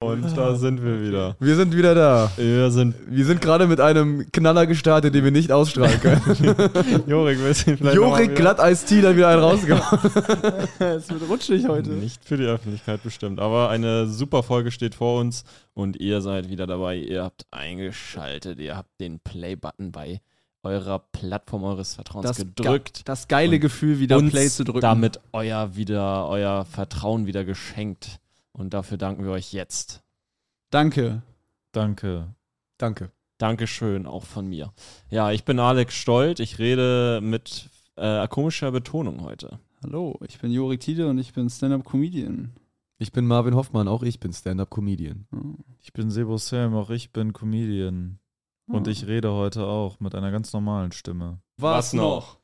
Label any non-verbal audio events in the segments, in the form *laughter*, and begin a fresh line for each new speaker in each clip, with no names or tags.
Und da sind wir wieder.
wir sind wieder da.
Wir sind.
Wir sind gerade mit einem Knaller gestartet, den wir nicht ausstrahlen *laughs* können.
Jorik, willst du ihn vielleicht noch mal
Jorik
wieder-
Glatteis-T dann wieder einen rausgehauen.
*laughs* Es wird rutschig heute.
Nicht für die Öffentlichkeit bestimmt, aber eine super Folge steht vor uns und ihr seid wieder dabei. Ihr habt eingeschaltet, ihr habt den Play-Button bei eurer Plattform eures Vertrauens
Das,
gedrückt.
ge- das geile
Und
Gefühl, wieder
uns
Play zu drücken.
damit euer wieder euer Vertrauen wieder geschenkt und dafür danken wir euch jetzt.
Danke.
Danke.
Danke.
Dankeschön auch von mir. Ja, ich bin Alex Stolt. Ich rede mit äh, komischer Betonung heute.
Hallo, ich bin Jorik Tiede und ich bin Stand-Up-Comedian.
Ich bin Marvin Hoffmann, auch ich bin Stand-Up-Comedian.
Ich bin Sebo Sam, auch ich bin Comedian. Und ich rede heute auch mit einer ganz normalen Stimme.
Was noch?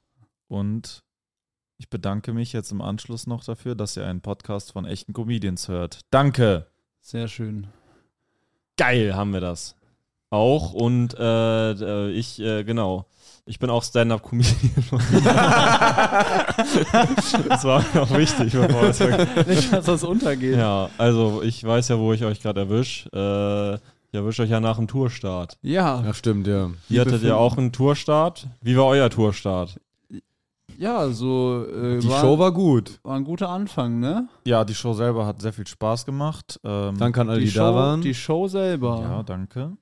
Und ich bedanke mich jetzt im Anschluss noch dafür, dass ihr einen Podcast von echten Comedians hört. Danke!
Sehr schön.
Geil haben wir das. Auch und äh, äh, ich, äh, genau. Ich bin auch Stand-Up-Comedian. *laughs* das war mir auch wichtig, bevor wir es vergessen.
*laughs* Nicht, dass das untergeht.
Ja, also ich weiß ja, wo ich euch gerade erwische. Äh, ich erwische euch ja nach dem Tourstart.
Ja,
Ach, stimmt, ja.
Ihr hattet ja auch einen Tourstart. Wie war euer Tourstart?
ja, so äh,
Die
war,
Show war gut.
war ein guter Anfang, ne?
Ja, die Show selber hat sehr viel Spaß gemacht. Ähm,
Danke an alle, die,
Show,
da waren.
die Show selber.
Ja, danke.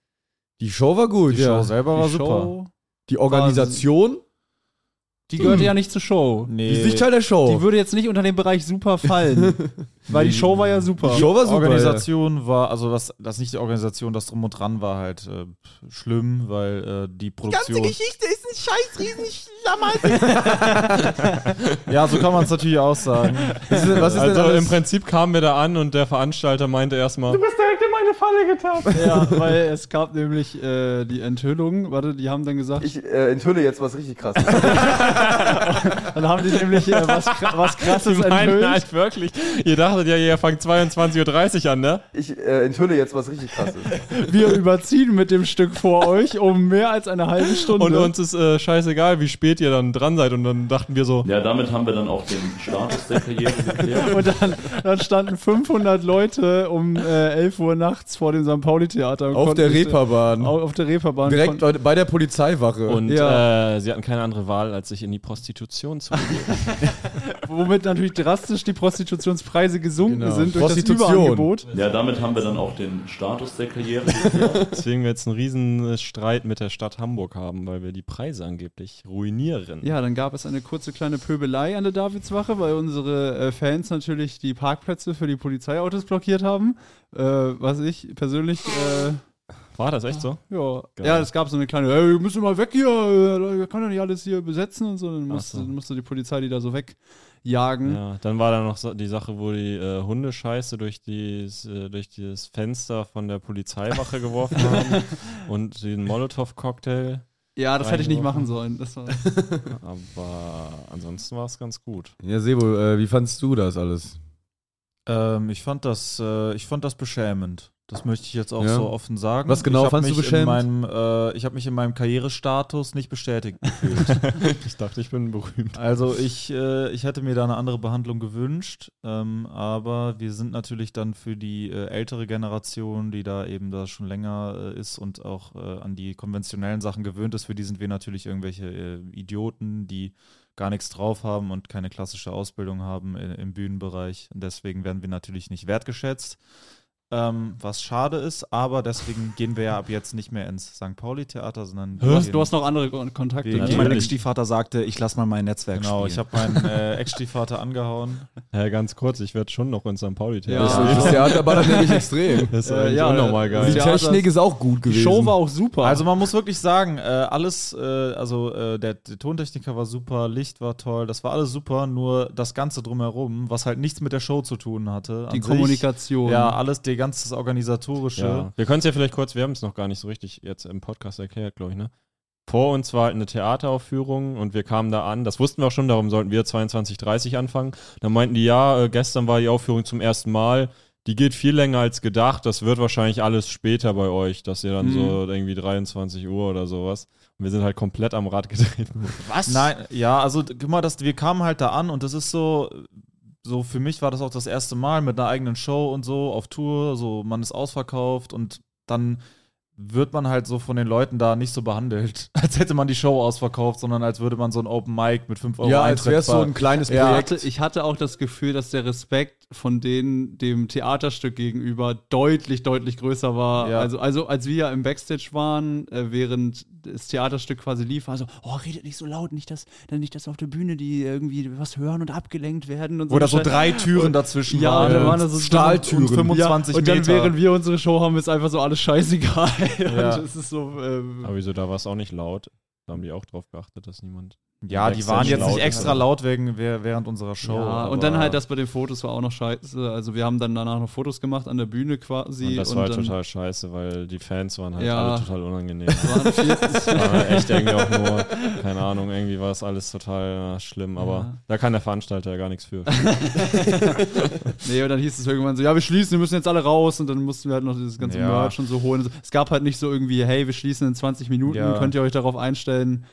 Die Show war gut,
Die Show selber war
die
super.
Show,
Die Organisation,
die gehört ja nicht zur Show.
die ist
Nee,
nicht Teil der Show.
Die würde jetzt nicht unter den Bereich
*laughs*
super fallen. weil die Show war ja super.
Die Show war
die
super.
Organisation war, also das, das nicht die Organisation, das drum und dran war halt äh, schlimm, weil äh, die Produktion.
Geschichte ist ein scheiß Riesenschlammer.
*laughs* ja, so kann man es natürlich auch sagen.
Was ist denn, was ist denn
Also im
alles?
Prinzip kamen wir da an und der Veranstalter meinte erstmal,
ja, weil es gab nämlich äh, die Enthüllung. Warte, die haben dann gesagt,
Ich äh, enthülle jetzt was richtig krasses.
*laughs* dann haben die nämlich äh, was,
*laughs*
kra- was krasses
nein,
enthüllt.
nein, wirklich. Ihr dachtet ja, ihr fangt 22.30 Uhr an, ne?
Ich äh, enthülle jetzt was richtig krasses.
Wir überziehen mit dem Stück vor euch um mehr als eine halbe Stunde.
Und uns ist äh, scheißegal, wie spät ihr dann dran seid. Und dann dachten wir so,
Ja, damit haben wir dann auch den Status der Karriere geklärt.
Und dann, dann standen 500 Leute um äh, 11 Uhr nachts vor dem St. Pauli-Theater. und
Auf
konnten
der
sich-
Reeperbahn.
Au- Auf der Reeperbahn.
Direkt
konnten-
Leute, bei der Polizeiwache.
und
Ja.
äh, sie hatten keine andere Wahl, als sich in die Prostitution *laughs* zu
womit natürlich drastisch die Prostitutionspreise gesunken
Genau.
sind durch das
Prostitution.
Überangebot.
Ja, damit haben wir dann auch den Status der Karriere geklärt.
Deswegen wir jetzt einen riesen äh, Streit mit der Stadt Hamburg haben, weil wir die Preise angeblich ruinieren.
Ja, dann gab es eine kurze kleine Pöbelei an der Davidswache, weil unsere äh, Fans natürlich die Parkplätze für die Polizeiautos blockiert haben. Äh, was ich persönlich, äh,
War das echt so?
ja.
Geil.
Ja, es gab so eine kleine, ey, wir müssen mal weg hier, äh, wir können ja nicht alles hier besetzen und so. Dann musste,
so.
dann musste die Polizei die da so wegjagen.
Ja, dann war da noch so- die Sache, wo die äh, Hundescheiße durch, dies, äh, durch dieses Fenster von der Polizeiwache geworfen *laughs* haben und den Molotow-Cocktail.
Ja, das hätte ich nicht machen
Reingeworfen.
sollen. Das war,
Aber ansonsten war es ganz *laughs* gut.
ja, Sebo, äh, wie fandst du das alles?
Ähm, ich fand das, äh, ich fand das beschämend. Das möchte ich jetzt auch
Ja.
so offen sagen.
Was genau
ich hab
fandst du
mich
beschämend?
In meinem, äh, ich habe mich in meinem Karrierestatus nicht bestätigt gefühlt.
Ich dachte, ich bin berühmt.
also ich, äh, ich hätte mir da eine andere Behandlung gewünscht, ähm, aber wir sind natürlich dann für die äh, ältere Generation, die da eben da schon länger äh, ist und auch äh, an die konventionellen Sachen gewöhnt ist, für die sind wir natürlich irgendwelche äh, Idioten, die gar nichts drauf haben und keine äh, klassische Ausbildung haben i- im Bühnenbereich. Und deswegen werden wir natürlich nicht wertgeschätzt.
ähm, was schade ist, aber deswegen gehen wir ja ab jetzt nicht mehr ins St. Pauli-Theater, sondern
Du
wir
hast,
gehen-
du hast noch andere Kon- Kontakte.
wir gehen-
Natürlich.
mein Ex-Stiefvater sagte, ich lasse mal mein Netzwerk
Genau,
spielen.
ich
habe meinen äh, Ex-Stiefvater angehauen.
Ja, ganz kurz, ich werde schon noch in St. Pauli
Ja.
Theater.
Das, das Theater war dann nämlich extrem.
Das ist
Äh,
eigentlich
ja,
unnormal
äh,
Die
geil.
ja. Theater-
Technik ist auch gut
Die
gewesen.
Show war auch super.
Also man muss wirklich sagen, äh, alles, äh, also äh, der, der Tontechniker war super, Licht war toll, das war alles super, nur das Ganze drumherum, was halt nichts mit der Show zu tun hatte. an
die
sich.
Kommunikation.
Ja, alles, die ganze organisatorische.
Ja. Wir können es ja vielleicht kurz, wir haben es noch gar nicht so richtig jetzt im Podcast erklärt, glaube ich, ne? Vor uns war halt eine Theateraufführung und wir kamen da an. Das wussten wir auch schon, darum sollten wir 22.30 anfangen. Dann meinten die, ja, äh, gestern war die Aufführung zum ersten Mal. Die geht viel länger als gedacht. Das wird wahrscheinlich alles später bei euch, dass ihr dann
Mhm.
so irgendwie 23 Uhr oder sowas. Und wir sind halt komplett am Rad gedreht.
*laughs*
Was? Nein, ja, also guck mal, das, wir kamen halt da an und das ist so, so für mich war das auch das erste Mal mit einer eigenen Show und so auf Tour, so man ist ausverkauft und dann wird man halt so von den Leuten da nicht so behandelt, *laughs* als hätte man die Show ausverkauft, sondern als würde man so ein Open Mic mit 5 Euro
ja, als wäre es so
ver-
ein kleines
Ich
Projekt.
hatte, ich hatte auch das Gefühl, dass der Respekt von denen dem Theaterstück gegenüber deutlich, deutlich größer war.
Ja.
Also, also als wir im Backstage waren, äh, während das Theaterstück quasi lief, war so, oh, redet nicht so laut, nicht dass, dann nicht, dass auf der Bühne die irgendwie was hören und abgelenkt werden und so.
wo da so
Scheiß.
drei Türen dazwischen
ja,
waren.
da waren da so um
Stahltüren.
und 25
ja, und dann
Meter.
während wir unsere Show haben, ist einfach so alles scheißegal. *laughs*
Ja.
Und es ist so, ähm,
Aber wieso, da war es auch nicht laut. Da haben die auch drauf geachtet, dass niemand.
ja, die waren
Backstage
jetzt
laut
nicht
ist,
extra
aber-
laut wegen, wer- während unserer Show.
ja,
aber-
und dann halt das bei den Fotos war auch noch scheiße. Also wir haben dann danach noch Fotos gemacht an der Bühne quasi.
Und das war halt
dann-
total scheiße, weil die Fans waren halt
Ja.
alle total unangenehm. *laughs* war echt irgendwie auch nur, keine Ahnung, irgendwie war es alles total äh, schlimm, aber
Ja.
da kann der Veranstalter ja gar nichts für.
Nee, und dann hieß es irgendwann so, ja, wir schließen, wir müssen jetzt alle raus und dann mussten wir halt noch dieses ganze
Ja.
Merch und so holen. Es gab halt nicht so irgendwie, hey, wir schließen in 20 Minuten,
Ja.
könnt ihr euch darauf einstellen,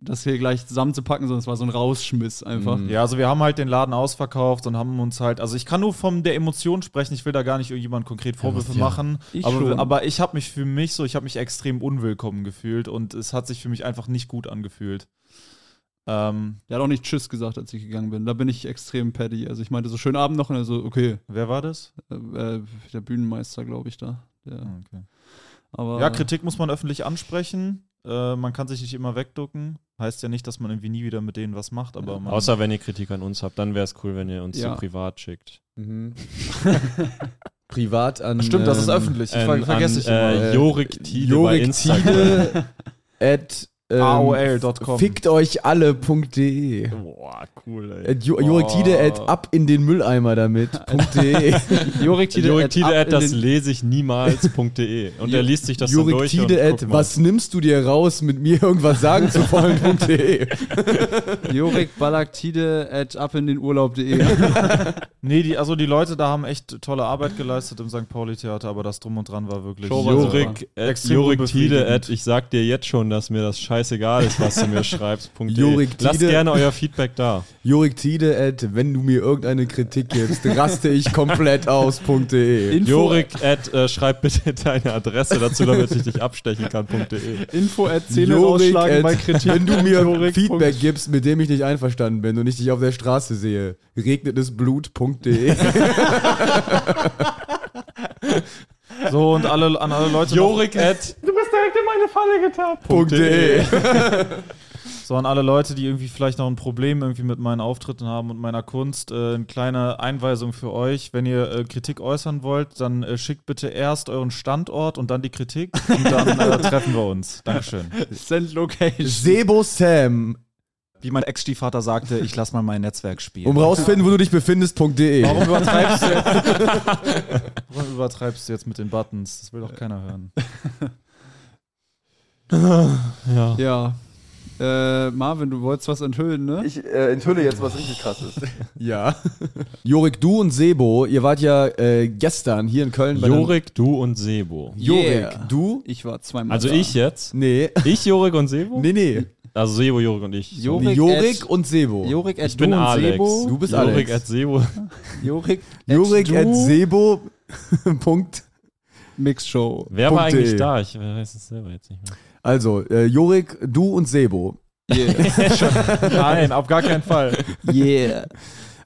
das hier gleich zusammenzupacken, sondern es war so ein Rausschmiss einfach.
Ja, also wir haben halt den Laden ausverkauft und haben uns halt, also ich kann nur von der Emotion sprechen, ich will da gar nicht irgendjemand konkret Vorwürfe machen,
Ich schon.
aber, aber ich habe mich für mich so, ich habe mich extrem unwillkommen gefühlt und es hat sich für mich einfach nicht gut angefühlt. Ähm,
Der hat auch nicht Tschüss gesagt, als ich gegangen bin. Da bin ich extrem paddy. Also ich meinte so, schönen Abend noch und er so, okay,
wer war das? Ah,
äh, äh, der Bühnenmeister, glaube ich, da. Der,
Okay.
aber,
Ja, Kritik muss man öffentlich ansprechen, äh, man kann sich nicht immer wegducken, heißt ja nicht, dass man irgendwie nie wieder mit denen was macht, aber man,
Außer wenn ihr Kritik an uns habt, dann wäre es cool, wenn ihr uns
Ja.
die privat schickt.
Mhm. *laughs* Privat an.
Stimmt, das ist
ähm,
öffentlich, ich
Ähm,
ver vergesse
an,
ich immer.
äh, Jorik Tiede bei
Jorik
Instagram.
Tiede at ähm,
AOL.com.
fickt euch alle.de.
Boah, cool, ey.
At Jo- Jorik Tiede at ab in den Mülleimer
*laughs*
damit.de.
Jorik Tiede,
Jorik Tiede
ab
at das
in den-
lese ich niemals.de und er liest sich das dann
Jorik
durch
Tiede
und guckt
at
mal.
was nimmst du dir raus, mit mir irgendwas sagen zu
*laughs*
e? wollen.de.
Jorik Balaktide at ab in den Urlaub.de.
Nee, die, also die Leute da haben echt tolle Arbeit geleistet im St. Pauli-Theater, aber das drum und dran war wirklich.
Show war super.
Jorik, at,
Extrem
Jorik Tiede
unbefriedigend.
at, äh, ich sag dir jetzt schon, dass mir das scheißegal ist, was du mir schreibst. Punkt de.
Jorik
Lasst
Tiede-
gerne euer Feedback da.
Jorik Tiede at wenn du mir irgendeine Kritik gibst, raste ich komplett e. aus.de.
Info-
Jorik at, äh, schreib bitte *laughs* deine Adresse dazu, damit ich dich abstechen kann. E.
*laughs*
.de.
*laughs* Info at Zähne
Jorik
rausschlagen bei
at,
Kritik.
wenn du mir
Jorik.
Feedback gibst, mit dem ich nicht einverstanden bin und ich dich auf der Straße sehe, regnet es e.
*laughs*
Blut.de.
So, und alle, an alle Leute. noch-
Jorik at
.de.
e.
So, an alle Leute, die irgendwie vielleicht noch ein Problem irgendwie mit meinen Auftritten haben und meiner Kunst, äh, eine kleine Einweisung für euch. Wenn ihr äh, Kritik äußern wollt, dann äh, schickt bitte erst euren Standort und dann die Kritik und dann äh, treffen wir uns. Dankeschön.
Send Location.
Sebo Sam,
Wie mein Ex-Stiefvater sagte, ich lass mal mein Netzwerk spielen.
*laughs* um rausfinden, wo du dich e. befindest.de.
Warum übertreibst du jetzt, *laughs* warum übertreibst du jetzt mit den Buttons? Das will doch keiner hören.
Ja.
Ja. Äh, Marvin, du wolltest was enthüllen, ne?
Ich äh, enthülle jetzt was richtig krasses.
Ja. Jorik, du und Sebo, ihr wart ja äh, gestern hier in Köln bei
Jorik, du und Sebo.
einem- Jorik,
Yeah.
du?
Ich war zweimal.
Also
da.
ich jetzt.
Nee.
Ich, Jorik und Sebo?
Nee, nee.
Also Sebo, Jorik und ich.
Jorik,
Jorik,
at,
und Sebo.
Jorik at
Ich bin
du und
Alex.
Sebo.
Du bist
Jorik
Alex.
at Sebo.
Jorik at,
Jorik
du.
at Sebo. *laughs* Punkt.
Mixshow.
Wer war
Punkt de.
eigentlich da? Ich weiß es selber jetzt nicht mehr.
Also, äh, Jorik, du und Sebo.
Yeah.
Nein, auf gar keinen Fall.
yeah.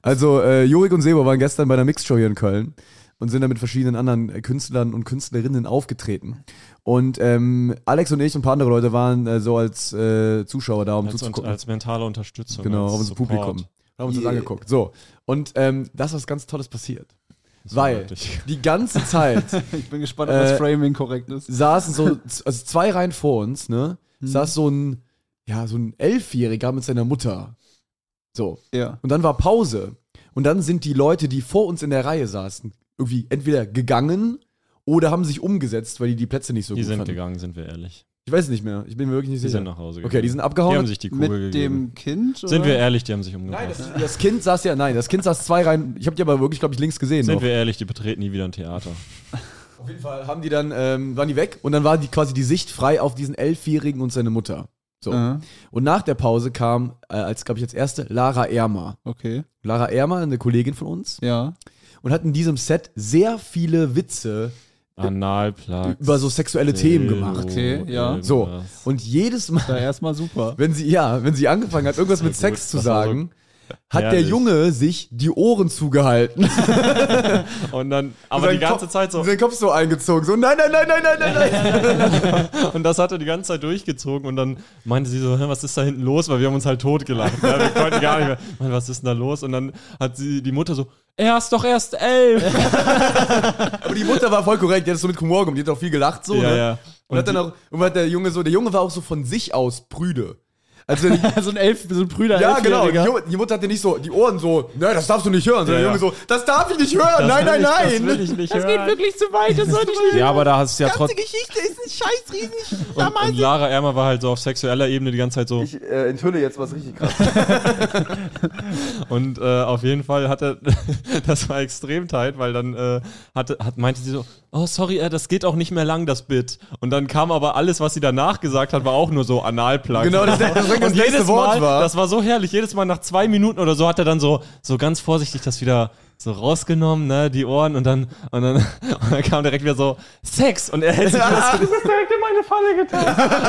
Also, äh, Jorik und Sebo waren gestern bei der Mixshow hier in Köln. und sind dann mit verschiedenen anderen äh, Künstlern und Künstlerinnen aufgetreten. Und ähm, Alex und ich und ein paar andere Leute waren äh, so als äh, Zuschauer da, um
als, und,
zuzugucken.
als mentale Unterstützung.
genau,
als
um ins
Support.
Publikum. Haben uns das
Yeah.
angeguckt. So. Und ähm, das ist was ganz Tolles passiert.
war
weil
wirklich-
die ganze Zeit
Ich bin gespannt, ob das
Äh,
Framing korrekt ist.
saßen so, z- also zwei Reihen vor uns, ne, saß so ein, ja, so ein Elfjähriger mit seiner Mutter. So.
Ja.
Und dann war Pause. Und dann sind die Leute, die vor uns in der Reihe saßen, irgendwie entweder gegangen oder haben sich umgesetzt, weil die die Plätze nicht so
Die
gut
sind
fanden.
gegangen, sind wir ehrlich.
Ich weiß es nicht mehr. Ich bin mir wirklich nicht
Die
sicher.
sind nach Hause gegangen.
okay, die sind
Die
abgehauen.
haben sich die Kugel
Mit
gegeben.
dem Kind?
Sind wir
oder?
ehrlich, die haben sich umgebracht.
nein, das, das Kind saß ja, nein, das Kind saß zwei Reihen. Ich habe die aber wirklich, glaube ich, links gesehen.
sind
noch.
wir ehrlich, die betreten nie wieder ein Theater.
Auf jeden Fall haben die dann, ähm, waren die weg und dann war die quasi die Sicht frei auf diesen Elfjährigen und seine Mutter. So.
Aha,
Und nach der Pause kam, äh, als glaube ich als erste, Lara Ermer.
Äh, okay.
Lara Ermer, eine Kollegin von uns,
Ja.
und hat in diesem Set sehr viele Witze
Analplag.
über so sexuelle Themen gemacht.
Okay, ja.
So, und jedes Mal,
Da erstmal super.
wenn sie, ja, wenn sie angefangen hat, irgendwas
sehr
mit Sex
gut.
zu
Das war so
sagen, hat der
herrlich.
Junge sich die Ohren zugehalten.
Und dann, aber die
Sein
ganze
Kopf-
Zeit so.
Sein Kopf so eingezogen. So, nein, nein, nein, nein, nein, nein, nein.
*laughs* Und das hat er die ganze Zeit durchgezogen und dann meinte sie so, "Hä, was ist da hinten los? Weil wir haben uns halt totgelacht. Ja, wir konnten gar nicht mehr. Mann, was ist denn da los? Und dann hat sie die Mutter so, er ist doch erst elf.
Aber die Mutter war voll korrekt, die hat es so mit Humor gemacht, die hat auch viel gelacht so, ne? Und, hat dann auch, und hat der Junge so, der Junge war auch so von sich aus prüde. Also die,
*laughs* so ein Elf, so ein Brüder.
ja, genau. Die, Junge, die Mutter hatte nicht so die Ohren so, ne, das darfst du nicht hören, sondern
Ja,
der Junge so, das darf ich nicht hören,
Das
nein, nein,
will ich,
nein.
Das will ich nicht hören.
wirklich zu weit, das sollte ich nicht.
Ja, aber da hast du ja trotzdem.
Geschichte ist ein scheiß riesig.
Und, und Lara Ermer war halt so auf sexueller Ebene die ganze Zeit so.
Ich äh, enthülle jetzt was richtig krasses.
*laughs* Und äh, auf jeden Fall hatte *laughs* das war Extremtheit, weil dann äh, hatte, hat, meinte sie so, oh sorry, äh, das geht auch nicht mehr lang, das Bit. Und dann kam aber alles, was sie danach gesagt hat, war auch nur so Analplug.
Genau, das, das, das, das
Und
nächste
*laughs* jedes Mal,
Wort war.
das war so herrlich, jedes Mal nach zwei Minuten oder so hat er dann so, so ganz vorsichtig das wieder so rausgenommen, ne, die Ohren und dann, und dann, *laughs* und dann kam direkt wieder so Sex und er hält sich, das, direkt in meine Falle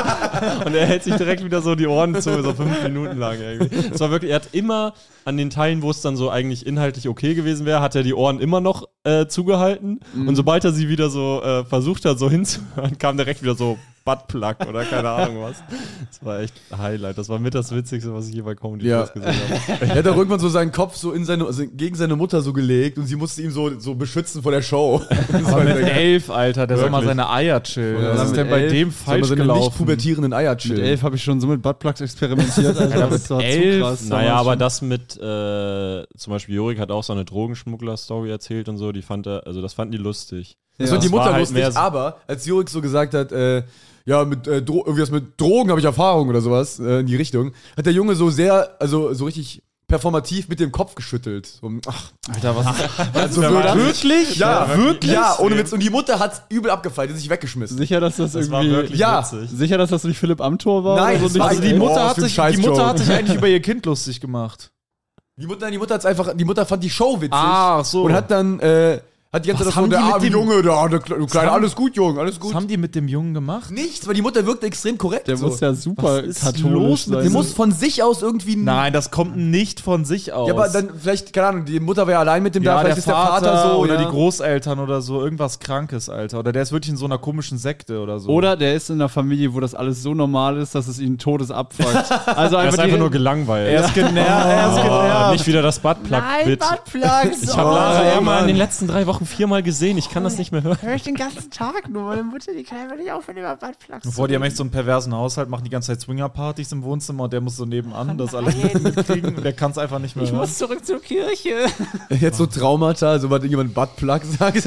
getan. und er hält sich direkt wieder so die Ohren zu, so fünf Minuten lang irgendwie. Es war wirklich, er hat immer an den Teilen, wo es dann so eigentlich inhaltlich okay gewesen wäre, hat er die Ohren immer noch äh, zugehalten
Mhm.
und sobald er sie wieder so äh, versucht hat, so hinzuhören, kam direkt wieder so Buttplug oder keine Ahnung was. Das war echt Highlight. Das war mit das Witzigste, was ich je bei Comedy
Ja.
Plus gesehen habe.
er hat auch irgendwann so seinen Kopf so in seine, also gegen seine Mutter so gelegt und sie musste ihn so, so beschützen vor der Show. *laughs* Das war halt
Mit
der-
elf, Alter, der soll mal
Wirklich.
seine Eier chillen.
Ja.
Was ist denn bei
Mit
dem
Soll man
falsch
seine nicht
gelaufen?
pubertierenden Eier
Mit
chillen.
elf habe ich schon so mit Buttplugs experimentiert. Also
Ja, mit
das war zu
elf,
krass.
*laughs* Naja,
damals
aber
schon.
das mit, äh, zum Beispiel Jorik hat auch so eine Drogenschmuggler-Story erzählt und so, die fand er, also das fanden die lustig.
Das
Ja.
fand die
Das war
Mutter
halt
lustig,
mehr so-
aber als Jurik so gesagt hat, äh, ja, mit, äh, Dro irgendwas mit Drogen habe ich Erfahrung oder sowas äh, in die Richtung, hat der Junge so sehr, also so richtig performativ mit dem Kopf geschüttelt. So, ach,
Alter, was?
also
war das?
wirklich? Ja, wirklich? Also Ja, ohne
extrem.
Witz. Und die Mutter hat's übel abgefeilt, die hat sich weggeschmissen.
Sicher, dass das,
Das war
irgendwie.
wirklich
ja.
witzig.
Sicher, dass das nicht Philipp Amthor war?
Nein,
oder
das
so
war
Also die
Boah,
Mutter,
was
hat
für ein
sich, die Mutter
Scheiß-Joke.
hat sich eigentlich über ihr Kind lustig gemacht.
Die Mutter, nein, die Mutter hat's einfach, die Mutter fand die Show
*laughs*
witzig
Ah, so.
und hat dann, äh, hat die ganze
Was
Zeit das so,
haben
der
die mit
arme
dem-
Junge, der, der Kle- Kleine,
haben-
alles gut, Junge, alles
Was
gut.
haben die mit dem Jungen gemacht?
Nichts, weil die Mutter wirkt extrem korrekt.
Der muss ja super
Was ist
katholisch
los mit
sein.
die muss von sich aus irgendwie ein
Nein, das kommt nicht von sich aus.
Ja, aber dann vielleicht, keine Ahnung, die Mutter wäre allein mit dem da,
Ja,
vielleicht
der
ist
Vater,
der Vater so.
oder
ja.
die Großeltern oder so, irgendwas Krankes, Alter. Oder der ist wirklich in so einer komischen Sekte oder so.
Oder der ist in einer Familie, wo das alles so normal ist, dass es ihn
*laughs*
todes abfuckt. Also
Er ist
einfach,
einfach
die-
nur gelangweilt.
er ist genervt, er ist
oh,
genervt.
nicht wieder das Buttplug-Bit. Ich habe
Also,
Lara Ermer in den letzten drei Wochen viermal gesehen, ich kann das nicht mehr hören.
Hör ich den ganzen Tag nur. Meine Mutter, die kann einfach nicht aufhören, über Buttplugs zu
Bevor die haben echt so einen perversen Haushalt, machen die ganze Zeit Swinger-Partys im Wohnzimmer und der muss so nebenan das alles mitkriegen und der kann es einfach nicht mehr
Ich muss zurück zur Kirche.
*laughs* Jetzt so Traumata, sobald jemand Buttplug *laughs* sagt.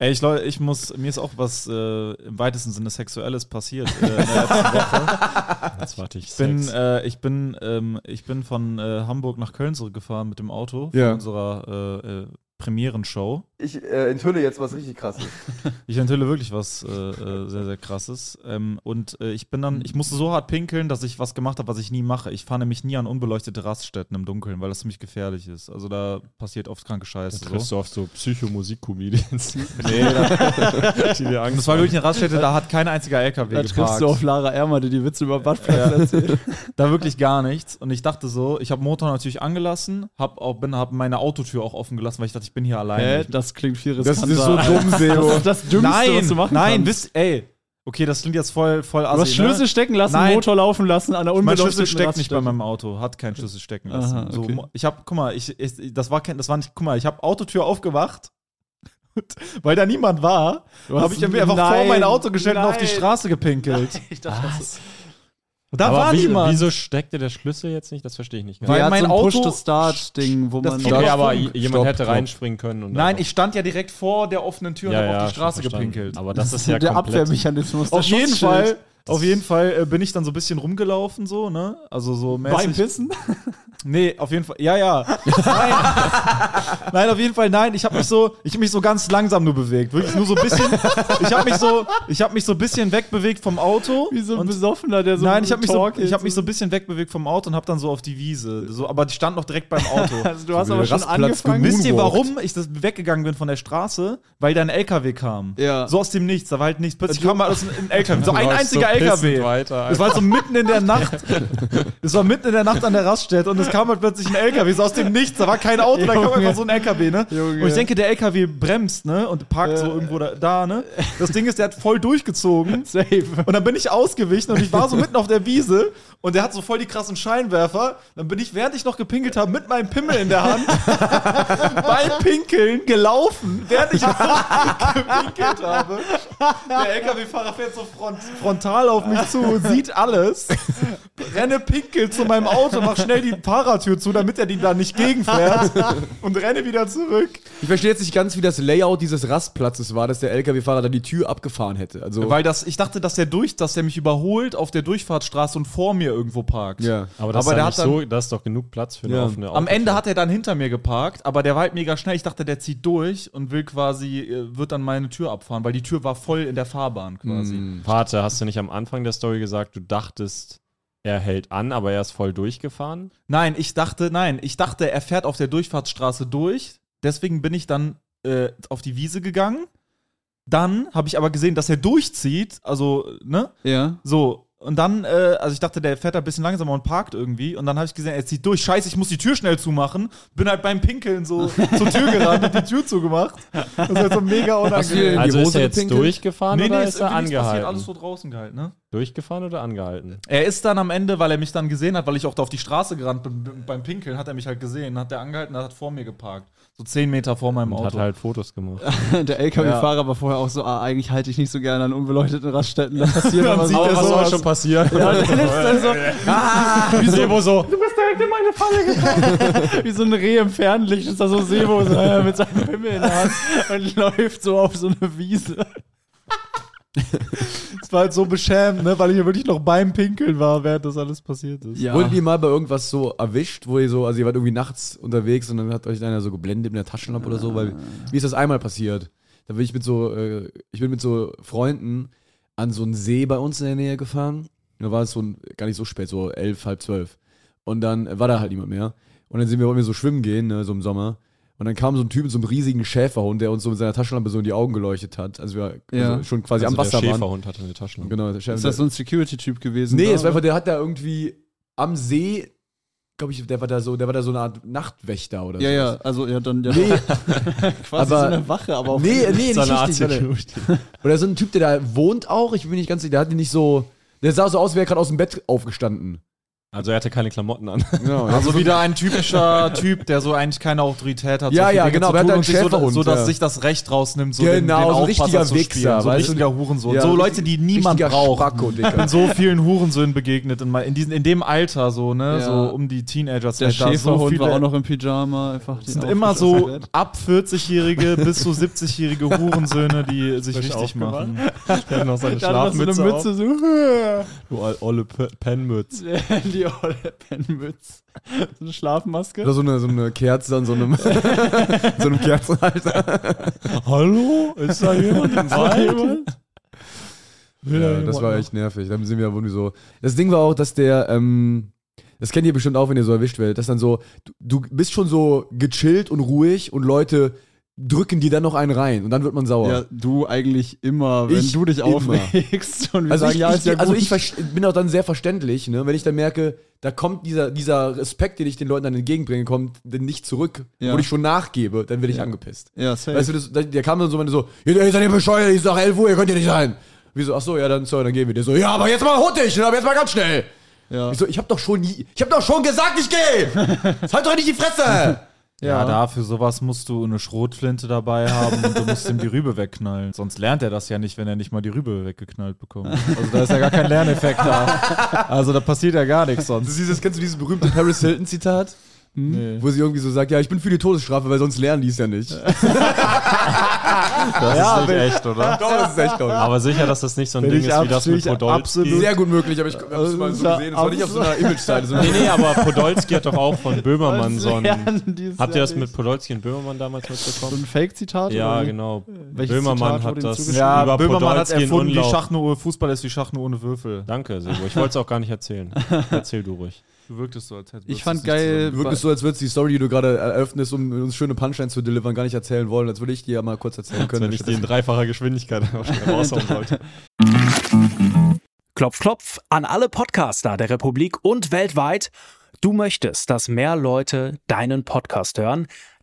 Ey, ich, Leute, ich muss, mir ist auch was äh, im weitesten Sinne Sexuelles passiert äh, in der letzten Woche.
Jetzt warte ich.
Ich bin,
Sex.
äh, ich bin, ähm, ich bin von äh, Hamburg nach Köln zurückgefahren mit dem Auto
Ja.
von unserer äh, äh, Premierenshow.
Ich äh, enthülle jetzt was richtig krasses.
*laughs* Ich enthülle wirklich was äh, äh, sehr, sehr krasses. Ähm, und äh, ich bin dann, ich musste so hart pinkeln, dass ich was gemacht habe, was ich nie mache. Ich fahre nämlich nie an unbeleuchtete Raststätten im Dunkeln, weil das ziemlich gefährlich ist. Also da passiert oft kranke Scheiße.
Jetzt
So.
triffst du auf so *laughs* Psychomusik-Comedians.
*laughs* Nee, da, *laughs* Und das war wirklich eine Raststätte, da hat kein einziger LKW
Da triffst
geparkt.
du auf Lara Ermer, die die Witze über Buttplugs erzählt.
Da wirklich gar nichts. Und ich dachte so, ich habe Motor natürlich angelassen, hab auch, bin, hab meine Autotür auch offen gelassen, weil ich dachte, ich bin hier
Hä?
allein.
Das klingt viel
Das
riskanter.
ist so dumm,
Das
Seo.
ist das Dümmste,
nein,
was du machen
nein,
kannst.
wisst, ey. Okay, das klingt jetzt voll, voll
Du hast
assi,
Schlüssel
ne?
stecken lassen,
Nein.
Motor laufen lassen an der
Mein
unbeleuchteten
Schlüssel steckt nicht bei
Raststätte.
meinem Auto, hat keinen Schlüssel stecken lassen.
Aha,
so,
okay.
mo- ich habe, guck mal, ich, ich, das war kein, das war nicht, guck mal, ich habe Autotür aufgemacht, *laughs* und, weil da niemand war,
hast-
habe ich mir einfach vor
Nein,
mein Auto gestellt und auf die
nein.
Straße gepinkelt.
Ich dachte, das
Da
Aber
war
wie,
niemand.
Wieso steckte der Schlüssel jetzt nicht? Das verstehe ich nicht.
Weil
Weil
mein
mein so
Auto-
ein Push-to-Start-Ding, wo
Das-
man.
Okay,
Okay,
Ja,
aber
Funk.
j- jemand
Stopp,
hätte
stopp.
reinspringen können. Und
Nein,
einfach-
ich stand ja direkt vor der offenen Tür
Ja,
und
ja,
habe auf die
schon
Straße
verstanden.
gepinkelt.
Aber das ist ja
der
komplett.
Abwehrmechanismus.
auf jeden Fall, auf jeden Fall äh, bin ich dann so ein bisschen rumgelaufen, so, ne? Also so
Beim
mäßig.
Pissen?
Nee, auf jeden Fall. Ja, ja.
*laughs*
nein. nein, auf jeden Fall nein. Ich habe mich so, ich hab mich so ganz langsam nur bewegt. Wirklich nur so ein bisschen. Ich habe mich so, ich habe mich so ein bisschen wegbewegt vom Auto.
Wie so ein
und
Besoffener, der so.
Nein, ich habe mich, so,
Talk
ich hab
ist.
mich so ein bisschen wegbewegt vom Auto und habe dann so auf die Wiese. So, aber die stand noch direkt
*laughs*
beim Auto.
Also, du hast
So
aber schon
Rastplatz
angefangen.
gemut.
Wisst ihr,
Moonwalked.
warum ich das weggegangen bin von der Straße? Weil da ein LKW kam.
Ja.
So aus dem Nichts. Da war halt nichts. Plötzlich kam mal aus einem LKW. So ein
Läufst
einziger
so pissend
LKW.
Weiter,
Es war so mitten in der Nacht. Es war mitten in der Nacht an der Raststätte und es kam halt plötzlich ein LKW. So aus dem Nichts. Da war kein Auto, da kam
Junge.
einfach so ein LKW, ne?
Junge.
Und ich denke, der LKW bremst, ne? Und parkt so
Ja.
irgendwo da, da, ne? Das Ding ist, der hat voll durchgezogen. *laughs*
Safe.
Und dann bin ich ausgewichen und ich *laughs* war so mitten auf der Wiese und der hat so voll die krassen Scheinwerfer. Dann bin ich, während ich noch gepinkelt habe, mit meinem Pimmel in der *laughs* Hand beim Pinkeln gelaufen, während ich noch gepinkelt habe. Der LKW-Fahrer fährt so front, frontal auf mich zu, sieht alles, renne pinkel zu meinem Auto, mach schnell die Fahrertür zu, damit er die da nicht gegenfährt und renne wieder zurück.
Ich verstehe jetzt nicht ganz, wie das Layout dieses Rastplatzes war, dass der LKW-Fahrer da die Tür abgefahren hätte. Also,
Weil das, ich dachte, dass der durch, dass der mich überholt auf der Durchfahrtsstraße und vor mir irgendwo parkt.
ja.
aber das
aber
ist
der
ja
hat
nicht so, da ist doch genug Platz für eine
Ja.
offene
Am Ende
Autotür.
hat er dann hinter mir geparkt, aber der war halt mega schnell. Ich dachte, der zieht durch und will quasi, äh, wird dann meine Tür abfahren, weil die Tür war voll in der Fahrbahn quasi.
Warte, hast du nicht am Anfang der Story gesagt, du dachtest, er hält an, aber er ist voll durchgefahren?
Nein, ich dachte, nein, ich dachte, er fährt auf der Durchfahrtsstraße durch. Deswegen bin ich dann äh, auf die Wiese gegangen. Dann habe ich aber gesehen, dass er durchzieht, also, ne?
Ja.
So. Und dann, äh, also ich dachte, der fährt da ein bisschen langsamer und parkt irgendwie. Und dann habe ich gesehen, er zieht durch. Scheiße, ich muss die Tür schnell zumachen. Bin halt beim Pinkeln
*laughs*
so zur Tür gerannt und die Tür zugemacht. Das ist halt so mega
Hast du
unangenehm.
dir in die
Also ist
Hose
er jetzt
gepinkelt?
durchgefahren oder ist, er
irgendwie nichts passiert,
angehalten?
alles so draußen gehalten, ne?
durchgefahren oder angehalten?
Er ist dann am Ende, weil er mich dann gesehen hat, weil ich auch da auf die Straße gerannt bin b- beim Pinkeln, hat er mich halt gesehen, hat er angehalten, hat vor mir geparkt. So zehn Meter vor meinem
Und hat
Auto. *laughs*
halt Fotos gemacht. *laughs*
*laughs* Der LKW-Fahrer war vorher auch so, ah, eigentlich halte ich nicht so gerne an unbeleuchteten Raststätten. Das passiert aber
sieht er sowas.
soll schon passieren? Ja, und dann ist er so,
Wie Sebo so,
wie so ein Reh im Fernlicht ist da so Sebo so, äh, mit seinem Pimmel in der Hand und läuft so auf so eine Wiese.
Das war halt so beschämend, ne? weil ich ja wirklich noch beim Pinkeln war, während das alles passiert ist.
Ja.
Wurdet ihr mal bei irgendwas so erwischt, wo ihr so, also ihr wart irgendwie nachts unterwegs und dann hat euch einer so geblendet mit einer Taschenlampe oder so, weil mir ist das einmal passiert. Da bin ich mit so, äh, ich bin mit so Freunden an so einen See bei uns in der Nähe gefahren. Und da war es so ein, gar nicht so spät, so elf, halb zwölf. Und dann war da halt niemand mehr. Und dann sind wir, wollten wir so schwimmen gehen, ne, so im Sommer. Und dann kam so ein Typ mit so einem riesigen Schäferhund, der uns so mit seiner Taschenlampe so in die Augen geleuchtet hat. Also wir
Ja.
also schon quasi
also
am Wasser
der
waren.
Schäferhund hatte eine Taschenlampe.
Genau, der Schäfer,
Ist das so ein Security-Typ gewesen?
Nee,
da,
es war einfach,
oder?
der hat da irgendwie am See, glaube ich, der war da so, der war da so eine Art Nachtwächter oder
Ja, ja,
sowas.
also ja, dann ja,
Nee,
*laughs* quasi
aber-
so eine Wache, aber auch
nee, nee, nicht
So eine Art
richtig. warte. Oder so ein Typ, der da wohnt auch, ich bin mir nicht ganz sicher, der hatte nicht so, der sah so aus, wäre gerade aus dem Bett aufgestanden.
*laughs* Also er hatte keine Klamotten an. *laughs*
*laughs* Genau,
Also wieder ein
*laughs*
typischer Typ, der so eigentlich keine Autorität hat.
Ja,
so viele
ja,
Dinge
genau,
zu
aber er
tun und
hat einen
sich so,
Schäferhund,
so, dass
ja.
sich das Recht rausnimmt, so
Genau, so ein
Aufpasser
richtiger
zu spielen.
Wichser,
so ein
weißt du?
richtiger Hurensohn.
Ja,
so
richtig-
Leute, die niemand braucht.
Spacko,
Ich bin
*laughs* Digga.
so vielen Hurensöhnen begegnet in, mein- in, diesen, in dem Alter, so, ne?
Ja.
So um die
der
Teenager-Zeit. da so
Schäferhund
viele-
war auch noch im Pyjama. Einfach
sind immer so ab 40-jährige bis zu 70-jährige Hurensöhne, die sich richtig
aufgemacht.
machen.
Der hat noch seine
Da hat man so eine Mütze so.
Du al- olle P- Pennmütze.
*laughs* Die olle Pennmütz. So eine Schlafmaske.
Oder so eine, so eine Kerze an so einem, *laughs* so einem Kerzenhalter.
Hallo? Ist da jemand im Wald? Will da
Ja, das
jemand
war
noch?
echt nervig. Dann sind wir irgendwie so. Das Ding war auch, dass der, ähm, das kennt ihr bestimmt auch, wenn ihr so erwischt werdet, dass dann so, du, du bist schon so gechillt und ruhig und Leute drücken die dann noch einen rein und dann wird man sauer.
Ja, du eigentlich immer, wenn
Ich
du dich
immer.
aufregst *laughs* und wir
Also
sagen,
ich,
ja,
ich,
ist ja gut.
also ich verste- bin auch dann sehr verständlich, ne? wenn ich dann merke, da kommt dieser, dieser Respekt, den ich den Leuten dann entgegenbringe, kommt denn nicht zurück,
Ja.
wo ich schon nachgebe, dann werde ich angepisst.
ja, safe.
*laughs*
Weißt du, das, da- der kam dann so und meinte so, ihr ihr seid ihr bescheuert, ich sag 11 Uhr, ihr könnt ihr nicht sein. Wie so, ach so, ja, dann sorry, dann gehen wir. Der so, ja, aber jetzt mal huttig, ne, aber jetzt mal ganz schnell.
ja.
Ich so, ich hab doch schon nie, ich hab doch schon gesagt, ich *laughs* gehe. halt doch nicht die Fresse.
Ja, dafür sowas musst du eine Schrotflinte dabei haben und du musst ihm die Rübe wegknallen. Sonst lernt er das ja nicht, wenn er nicht mal die Rübe weggeknallt bekommt. Also da ist ja gar kein Lerneffekt da. Also da passiert ja gar nichts sonst.
Das ist dieses, kennst du dieses berühmte Paris Hilton Zitat?
Nee.
Wo sie irgendwie so sagt, ja, ich bin für die Todesstrafe, weil sonst lernen die es ja *laughs* nicht.
Das ist nicht echt, oder?
Doch, das ist echt, glaube ich.
Aber sicher, dass das nicht so ein Ding ist wie das mit Podolski.
Sehr gut möglich, aber ich habe es mal so gesehen. Das war nicht auf so einer Image-Seite.
*laughs*
So
Nee, nee, aber Podolski hat doch auch
*laughs*
von Böhmermann so ein.
Lernen die es
Habt ihr
ja
das mit
nicht.
Podolski und Böhmermann damals
so
mitbekommen?
ein Fake-Zitat?
Ja,
oder?
genau.
Welches
Böhmermann
Zitat
hat
wurde ihm
das
zugeschrieben?
Ja,
über
Böhmermann hat
Podolski in
erfunden, die
Unlauf.
Schach nur ohne Fußball ist wie Schach nur ohne Würfel.
Danke, Sebo. Ich wollte es auch gar nicht erzählen. Erzähl du ruhig.
Du wirktest so, als hättest
Ich fand geil,
Du wirkst so, als würdest du die Story, die du gerade eröffnest, um uns schöne Punchlines zu delivern, gar nicht erzählen wollen. Als würde ich dir ja mal kurz erzählen können.
Wenn ich die in dreifacher Geschwindigkeit *laughs* einfach schnell raushauen wollte.
Klopf, klopf an alle Podcaster der Republik und weltweit. Du möchtest, dass mehr Leute deinen Podcast hören?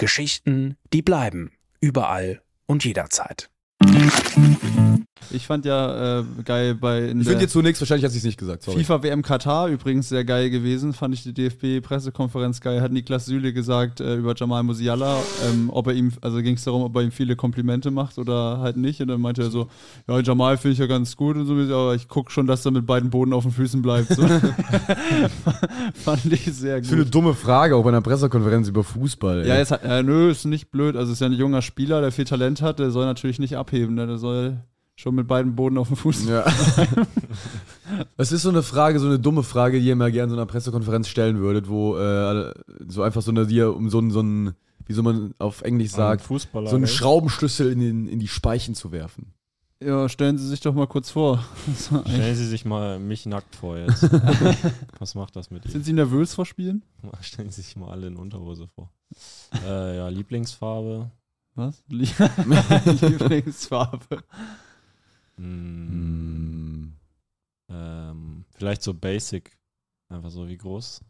Geschichten, die bleiben. Überall und jederzeit.
ich fand ja äh, geil bei in
ich finde dir
der
zunächst, wahrscheinlich hat sie es nicht gesagt, sorry.
FIFA WM Katar übrigens sehr geil gewesen, fand ich die DFB-Pressekonferenz geil. Hat Niklas Süle gesagt äh, über Jamal Musiala, ähm, ob er ihm, also ging es darum, ob er ihm viele Komplimente macht oder halt nicht. Und dann meinte er so, ja, Jamal finde ich ja ganz gut und so, aber ich gucke schon, dass er mit beiden Boden auf den Füßen
*laughs*
bleibt. So. *laughs* fand ich sehr
Für eine
gut.
dumme Frage, auch bei einer Pressekonferenz über Fußball. ey.
Ja, jetzt, hat- äh, nö, ist nicht blöd. Also ist ja ein junger Spieler, der viel Talent hat, der soll natürlich nicht abheben, ne? der soll schon mit beiden Boden auf den Fuß. *laughs*
Ja. Das ist so eine Frage, so eine dumme Frage, die ihr mal gerne so einer Pressekonferenz stellen würdet, wo äh, so einfach so eine, die ihr um so einen, so einen, wie soll man auf Englisch sagt,
Fußballer.
so einen
ey.
Schraubenschlüssel in, den, in die Speichen zu
*laughs*
werfen.
Ja, stellen Sie sich doch mal kurz vor. *laughs* So, ey.
Stellen Sie sich mal mich nackt vor
*laughs*
jetzt. Was macht das mit Ihnen?
Sind Sie nervös vor Spielen?
Stellen Sie sich mal alle in Unterhose vor. Äh, ja, Lieblingsfarbe.
Was? Lie- Lieblingsfarbe.
Hm, ähm, vielleicht so basic. Einfach so, wie groß?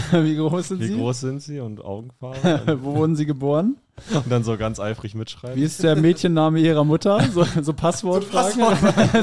*laughs* Wie groß sind
Wie
Sie?
groß sind Sie und Augenfarbe?
*laughs* Wo wurden Sie geboren?
und dann so ganz eifrig mitschreiben.
Wie ist der Mädchenname Ihrer Mutter? So, so Passwortfragen.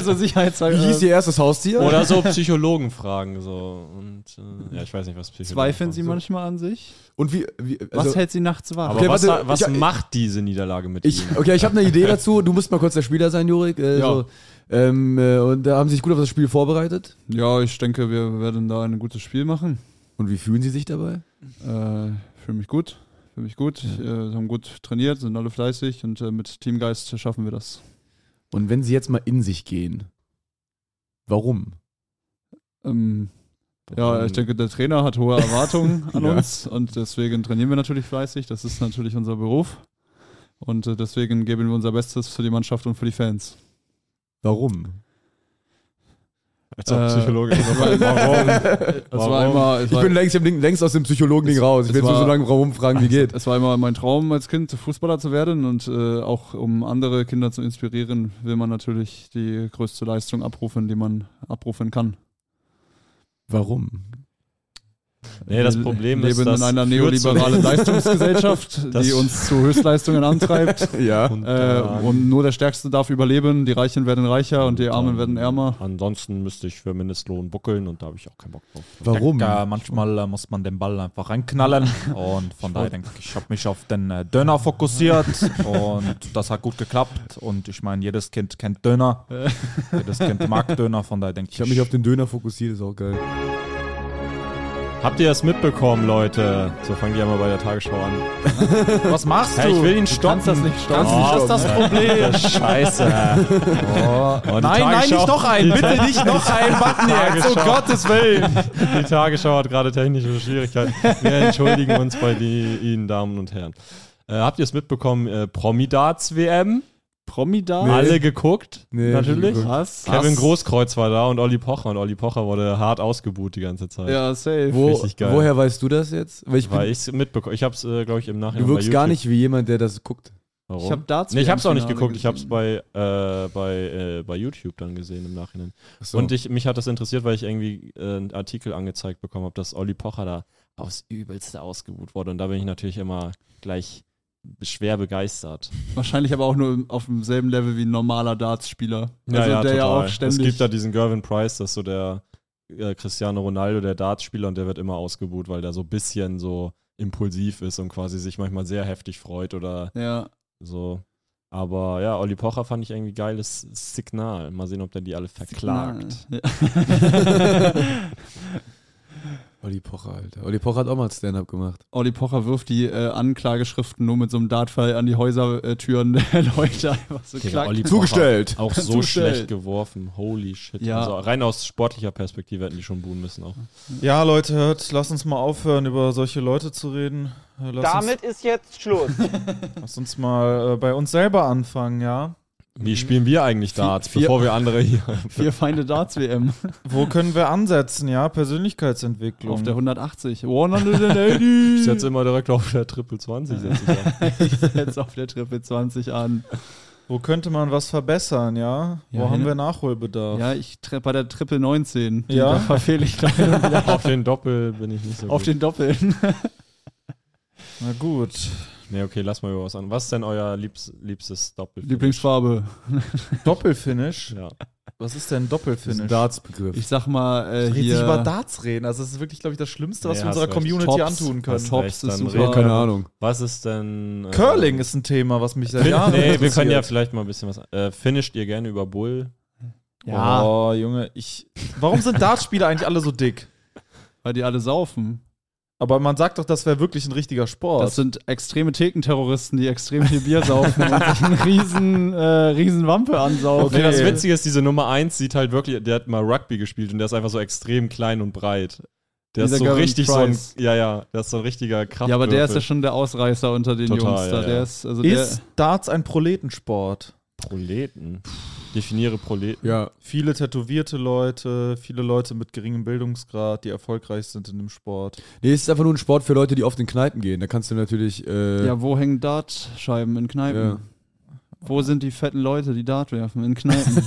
*laughs* So, Sicherheitsfragen.
Wie hieß ihr erstes Haustier?
Oder so Psychologen fragen so. Und äh, ja, ich weiß nicht, was Psychologen
Zweifeln Sie
fragen.
manchmal an sich?
Und wie, wie
Was
also,
hält Sie nachts wach?
Also Aber
Okay,
was,
warte,
was
ich-
macht diese Niederlage mit
ich,
Ihnen?
okay, ich habe eine Idee dazu. Du musst mal kurz der Spieler sein, Jurik. Äh,
Ja.
so, ähm, äh, und da haben sie sich gut auf das Spiel vorbereitet.
Ja, ich denke, wir werden da ein gutes Spiel machen.
Und wie fühlen sie sich dabei?
Äh, Fühle mich gut. Fühle mich gut. Äh, haben gut trainiert, sind alle fleißig und äh, mit Teamgeist schaffen wir das.
Und wenn sie jetzt mal in sich gehen, warum?
Ähm, ja, ich denke, der Trainer hat *laughs* hohe Erwartungen an
Ja.
uns und deswegen trainieren wir natürlich fleißig. Das ist natürlich unser Beruf. Und äh, deswegen geben wir unser Bestes für die Mannschaft und für die Fans.
Warum?
Als ob
äh,
Psychologe.
*laughs*
Es war immer, es
Ich
war,
bin längst, ich bin längst aus dem Psychologen-Ding raus. Ich
es
will jetzt nur
war-
so lange rumfragen, wie geht.
es war immer mein Traum, als Kind Fußballer zu werden und äh, auch um andere Kinder zu inspirieren, will man natürlich die größte Leistung abrufen, die man abrufen kann.
Warum?
Nee, das
Wir
Problem
leben
ist, dass
in einer
führt zu- *laughs*
neoliberalen Leistungsgesellschaft,
Das-
die uns zu Höchstleistungen antreibt.
*laughs*
Ja.
Und,
Äh,
dann-
und nur der Stärkste darf überleben, die Reichen werden reicher und die Armen
dann-
werden ärmer.
ähm, Ansonsten müsste ich für Mindestlohn buckeln und da habe ich auch keinen Bock drauf.
Warum?
Ja, manchmal äh, muss man den Ball einfach reinknallen. Und von daher denke ich, ich habe mich auf den äh, Döner fokussiert und das hat gut geklappt. Und ich meine, jedes Kind kennt *laughs* Döner. Jedes Kind mag Döner, von daher denke ich.
Ich habe mich auf den Döner fokussiert, ist auch geil.
Habt ihr das mitbekommen, Leute? So fangen die ja mal bei der Tagesschau an.
Was machst du?
Hey, ich will ihn stoppen.
kannst das nicht um stoppen.
Oh,
das ist das
*laughs*
Problem. *laughs*
Scheiße. Oh, die
Nein, nein,
Tagesschau-
nicht noch einen.
Die
Bitte nicht noch *laughs* einen Button jetzt. Um
Tagesschau.
Gottes Willen.
Die Tagesschau hat gerade technische Schwierigkeiten. Wir entschuldigen uns bei die, Ihnen, Damen und Herren. Äh, habt ihr es mitbekommen? Äh, Promi-Darts-WM?
Promi da?
Alle geguckt?
Nee,
natürlich.
nicht geguckt.
Was?
Kevin Großkreuz war da und Olli Pocher. Und Olli Pocher wurde hart ausgebuht die ganze Zeit.
Ja, safe.
Wo,
Richtig geil.
Woher weißt du das jetzt? Weil ich
Weil
bin,
ich es mitbekommen Ich habe es, äh, glaube ich, im Nachhinein
du wirkst
bei
gar
YouTube-
nicht wie jemand, der das guckt.
Warum?
Ich habe dazu.
Nee, ich hab's auch nicht geguckt, ich hab's bei, äh, bei, äh, bei YouTube dann gesehen im Nachhinein.
So.
Und ich, mich hat das interessiert, weil ich irgendwie äh, einen Artikel angezeigt bekommen habe, dass Olli Pocher da aufs Übelste ausgebuht wurde. Und da bin ich natürlich immer gleich schwer begeistert.
Wahrscheinlich aber auch nur auf demselben Level wie ein normaler Darts-Spieler. also der ja auch ständig.
es gibt da diesen Gervin Price, das ist so der äh, Cristiano Ronaldo, der Dartspieler, und der wird immer ausgebuht, weil der so ein bisschen so impulsiv ist und quasi sich manchmal sehr heftig freut oder
ja.
So. Aber ja, Olli Pocher fand ich irgendwie geiles Signal. Mal sehen, ob der die alle verklagt.
Ja.
Olli Pocher, Alter. Olli Pocher hat auch mal Stand-Up gemacht.
*laughs* Olli Pocher wirft die äh, Anklageschriften nur mit so einem Dartfall an die Häusertüren der Leute einfach so klack.
Zugestellt.
Auch so
Zugestellt.
schlecht geworfen. Holy shit.
Ja.
Also rein aus sportlicher Perspektive hätten die schon buhen müssen
Mhm.
auch.
Ja, Leute, hört, lasst uns mal aufhören, über solche Leute zu reden. Äh, Lasst uns,
ist jetzt Schluss.
lasst uns mal äh, bei uns selber anfangen, ja?
Wie spielen wir eigentlich Darts,
vier-
bevor wir
*laughs*
andere hier. *laughs*
Vier Feinde Darts WM
Wo können wir ansetzen, ja? Persönlichkeitsentwicklung.
auf der 180. 180
Ich setze immer direkt auf der Triple 20. setze ich an.
*laughs* jetzt auf der Triple 20 an.
Wo könnte man was verbessern, ja? Wo
Ja,
haben
ja.
wir Nachholbedarf?
Ja, ich tre- bei der Triple 19. Die,
Ja.
Da verfehle ich gleich
*laughs*
auf den Doppel bin ich nicht so
auf
gut.
den Doppeln.
Na *laughs* gut.
Nee, okay, lass mal über was an. Was ist denn euer liebs, liebstes Doppel?
Lieblingsfarbe.
Doppelfinish?
Ja.
Was ist denn
Das ist ein
Doppelfinish?
Darts-Begriff.
Ich sag mal äh,
Red nicht
hier.
über Darts reden. Also das ist wirklich, glaube ich, das Schlimmste, was
Nee,
wir
hast
unserer
recht.
Community
Tops.
antun können.
Hast
Top
Tops
ist
ist
super.
super.
Keine Ahnung.
Was ist denn. äh,
Curling ist ein Thema, was mich seit Jahren
nee, wir
interessiert.
können ja vielleicht mal ein bisschen was. Äh, finisht ihr gerne über Bull?
Ja,
Oh, Junge, ich. Warum sind Dartspieler eigentlich alle so dick?
weil die alle saufen.
Aber man sagt doch, das wäre wirklich ein richtiger Sport.
Das sind extreme Thekenterroristen, die extrem viel Bier saufen und sich einen riesen, äh, riesen Wampe ansaufen.
Okay, das Witzige ist, diese Nummer 1 sieht halt wirklich, der hat mal Rugby gespielt und der ist einfach so extrem klein und breit. Der
Dieser
ist so
Gavin
richtig
Price.
so ein, ja, ja, der ist so ein richtiger Kraft.
Ja, aber der ist ja schon der Ausreißer unter den
Total,
Jungs da.
ja, ja.
Der ist, also
ist
der,
Darts ein Proletensport?
Proleten. Definiere Proleten.
Ja,
Viele tätowierte Leute, viele Leute mit geringem Bildungsgrad, die erfolgreich sind in dem Sport.
Nee, es ist einfach nur ein Sport für Leute, die oft in Kneipen gehen. Da kannst du natürlich. Äh,
ja, wo hängen Dartscheiben in Kneipen?
Ja.
Wo sind die fetten Leute, die Dart werfen? In Kneipen.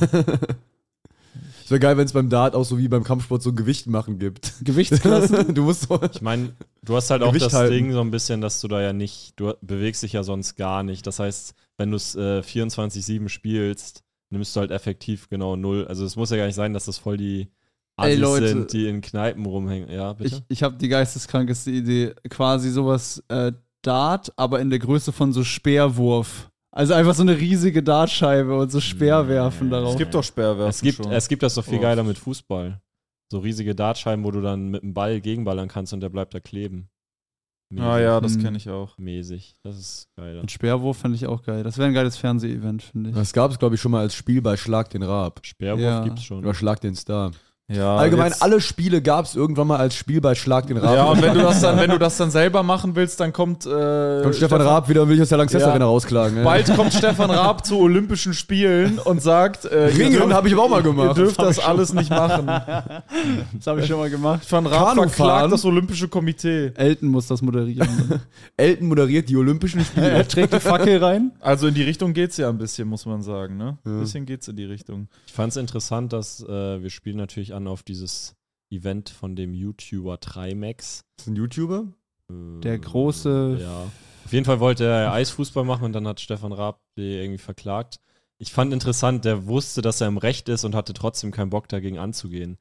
Es wäre geil, wenn es beim Dart auch so wie beim Kampfsport so ein Gewicht machen gibt.
Gewichtsklassen?
*laughs* du musst so.
Ich meine, du hast halt auch
Gewicht
das
halten.
Ding so ein bisschen, dass du da ja nicht, du bewegst dich ja sonst gar nicht. Das heißt, wenn du es äh, 24-7 spielst, nimmst du halt effektiv genau null. Also es muss ja gar nicht sein, dass das voll die
Ey,
Assis
Leute.
sind, die in Kneipen rumhängen. Ja, bitte?
Ich, ich habe die geisteskrankeste Idee. Quasi sowas äh, Dart, aber in der Größe von so Speerwurf. Also einfach so eine riesige Dartscheibe und so Speer werfen darauf.
Es gibt doch Sperrwerfen
Es gibt,
schon.
es gibt das doch viel
Oh.
geiler mit Fußball. So riesige Dartscheiben, wo du dann mit dem Ball gegenballern kannst und der bleibt da kleben. Mäßig.
ah ja, das
Hm.
kenne ich auch.
Mäßig. Das ist geiler.
Ein Speerwurf fand ich auch geil. Das wäre ein geiles Fernseh-Event, finde ich.
Das gab es, glaube ich, schon mal als Spiel bei Schlag den Raab.
Speerwurf
Ja.
gibt's schon.
Oder Schlag den Star.
Ja,
Allgemein,
Ah, jetzt-
alle Spiele gab es irgendwann mal als Spiel bei Schlag den Raab.
Ja, und wenn du das dann, wenn du das dann selber machen willst, dann kommt, äh,
Kommt Stefan Raab wieder und will ich aus der Lanxess
Ja.
Arena rausklagen. ey.
Bald kommt Stefan Raab zu Olympischen Spielen und sagt, äh, ihr
Ringen
dürft,
habe ich aber auch mal
ihr
gemacht.
dürft das alles nicht machen.
Das habe ich schon mal gemacht.
Stefan Raab
Kanu fahren.
verklagt das Olympische Komitee.
Elton muss das *laughs* moderieren.
Elton moderiert die Olympischen Spiele.
er trägt die Fackel rein.
Also in die Richtung geht's ja ein bisschen, muss man sagen, ne? Ein bisschen geht's in die Richtung.
Ich fand's interessant, dass äh, wir spielen natürlich an auf dieses Event von dem YouTuber Trimax.
Ist ein YouTuber?
Äh,
Der große-
Ja. Auf jeden Fall wollte er Eisfußball machen und dann hat Stefan Raab die irgendwie verklagt. Ich fand interessant, der wusste, dass er im Recht ist und hatte trotzdem keinen Bock dagegen anzugehen.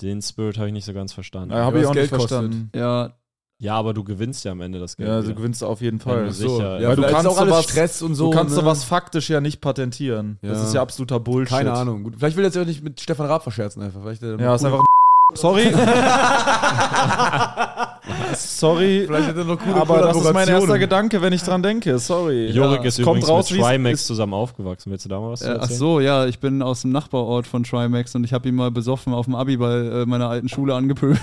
Den Spirit habe ich nicht so ganz verstanden.
Ja, habe
Ja,
ich
was
auch nicht
Geld kostet.
verstanden.
Ja,
Ja, aber du gewinnst ja am Ende das Geld.
Ja, also du
wieder.
gewinnst auf jeden
Wenn
Fall.
du sicher.
Ja,
Ja,
du kannst auch alles
sowas-
Stress und so.
du kannst
ne?
sowas faktisch ja nicht patentieren. Das
Ja.
ist ja absoluter Bullshit.
Keine Ahnung. Gut, vielleicht ähm, will er jetzt auch nicht mit Stefan Raab verscherzen einfach. Vielleicht, *laughs*
Ja, ist einfach ein Sorry. *laughs* Sorry.
Vielleicht hätte er noch coole
Aber das ist mein
Kollaborationen.
erster Gedanke, wenn ich dran denke. Sorry.
Jorik ist
Es
übrigens
raus,
mit
wie es
Trimax
ist.
zusammen aufgewachsen. Willst du da mal was zu
Äh,
erzählen?
ach so, ja, ich bin aus dem Nachbarort von Trimax und ich habe ihn mal besoffen auf dem Abiball äh, meiner alten Schule *laughs* angepöbelt.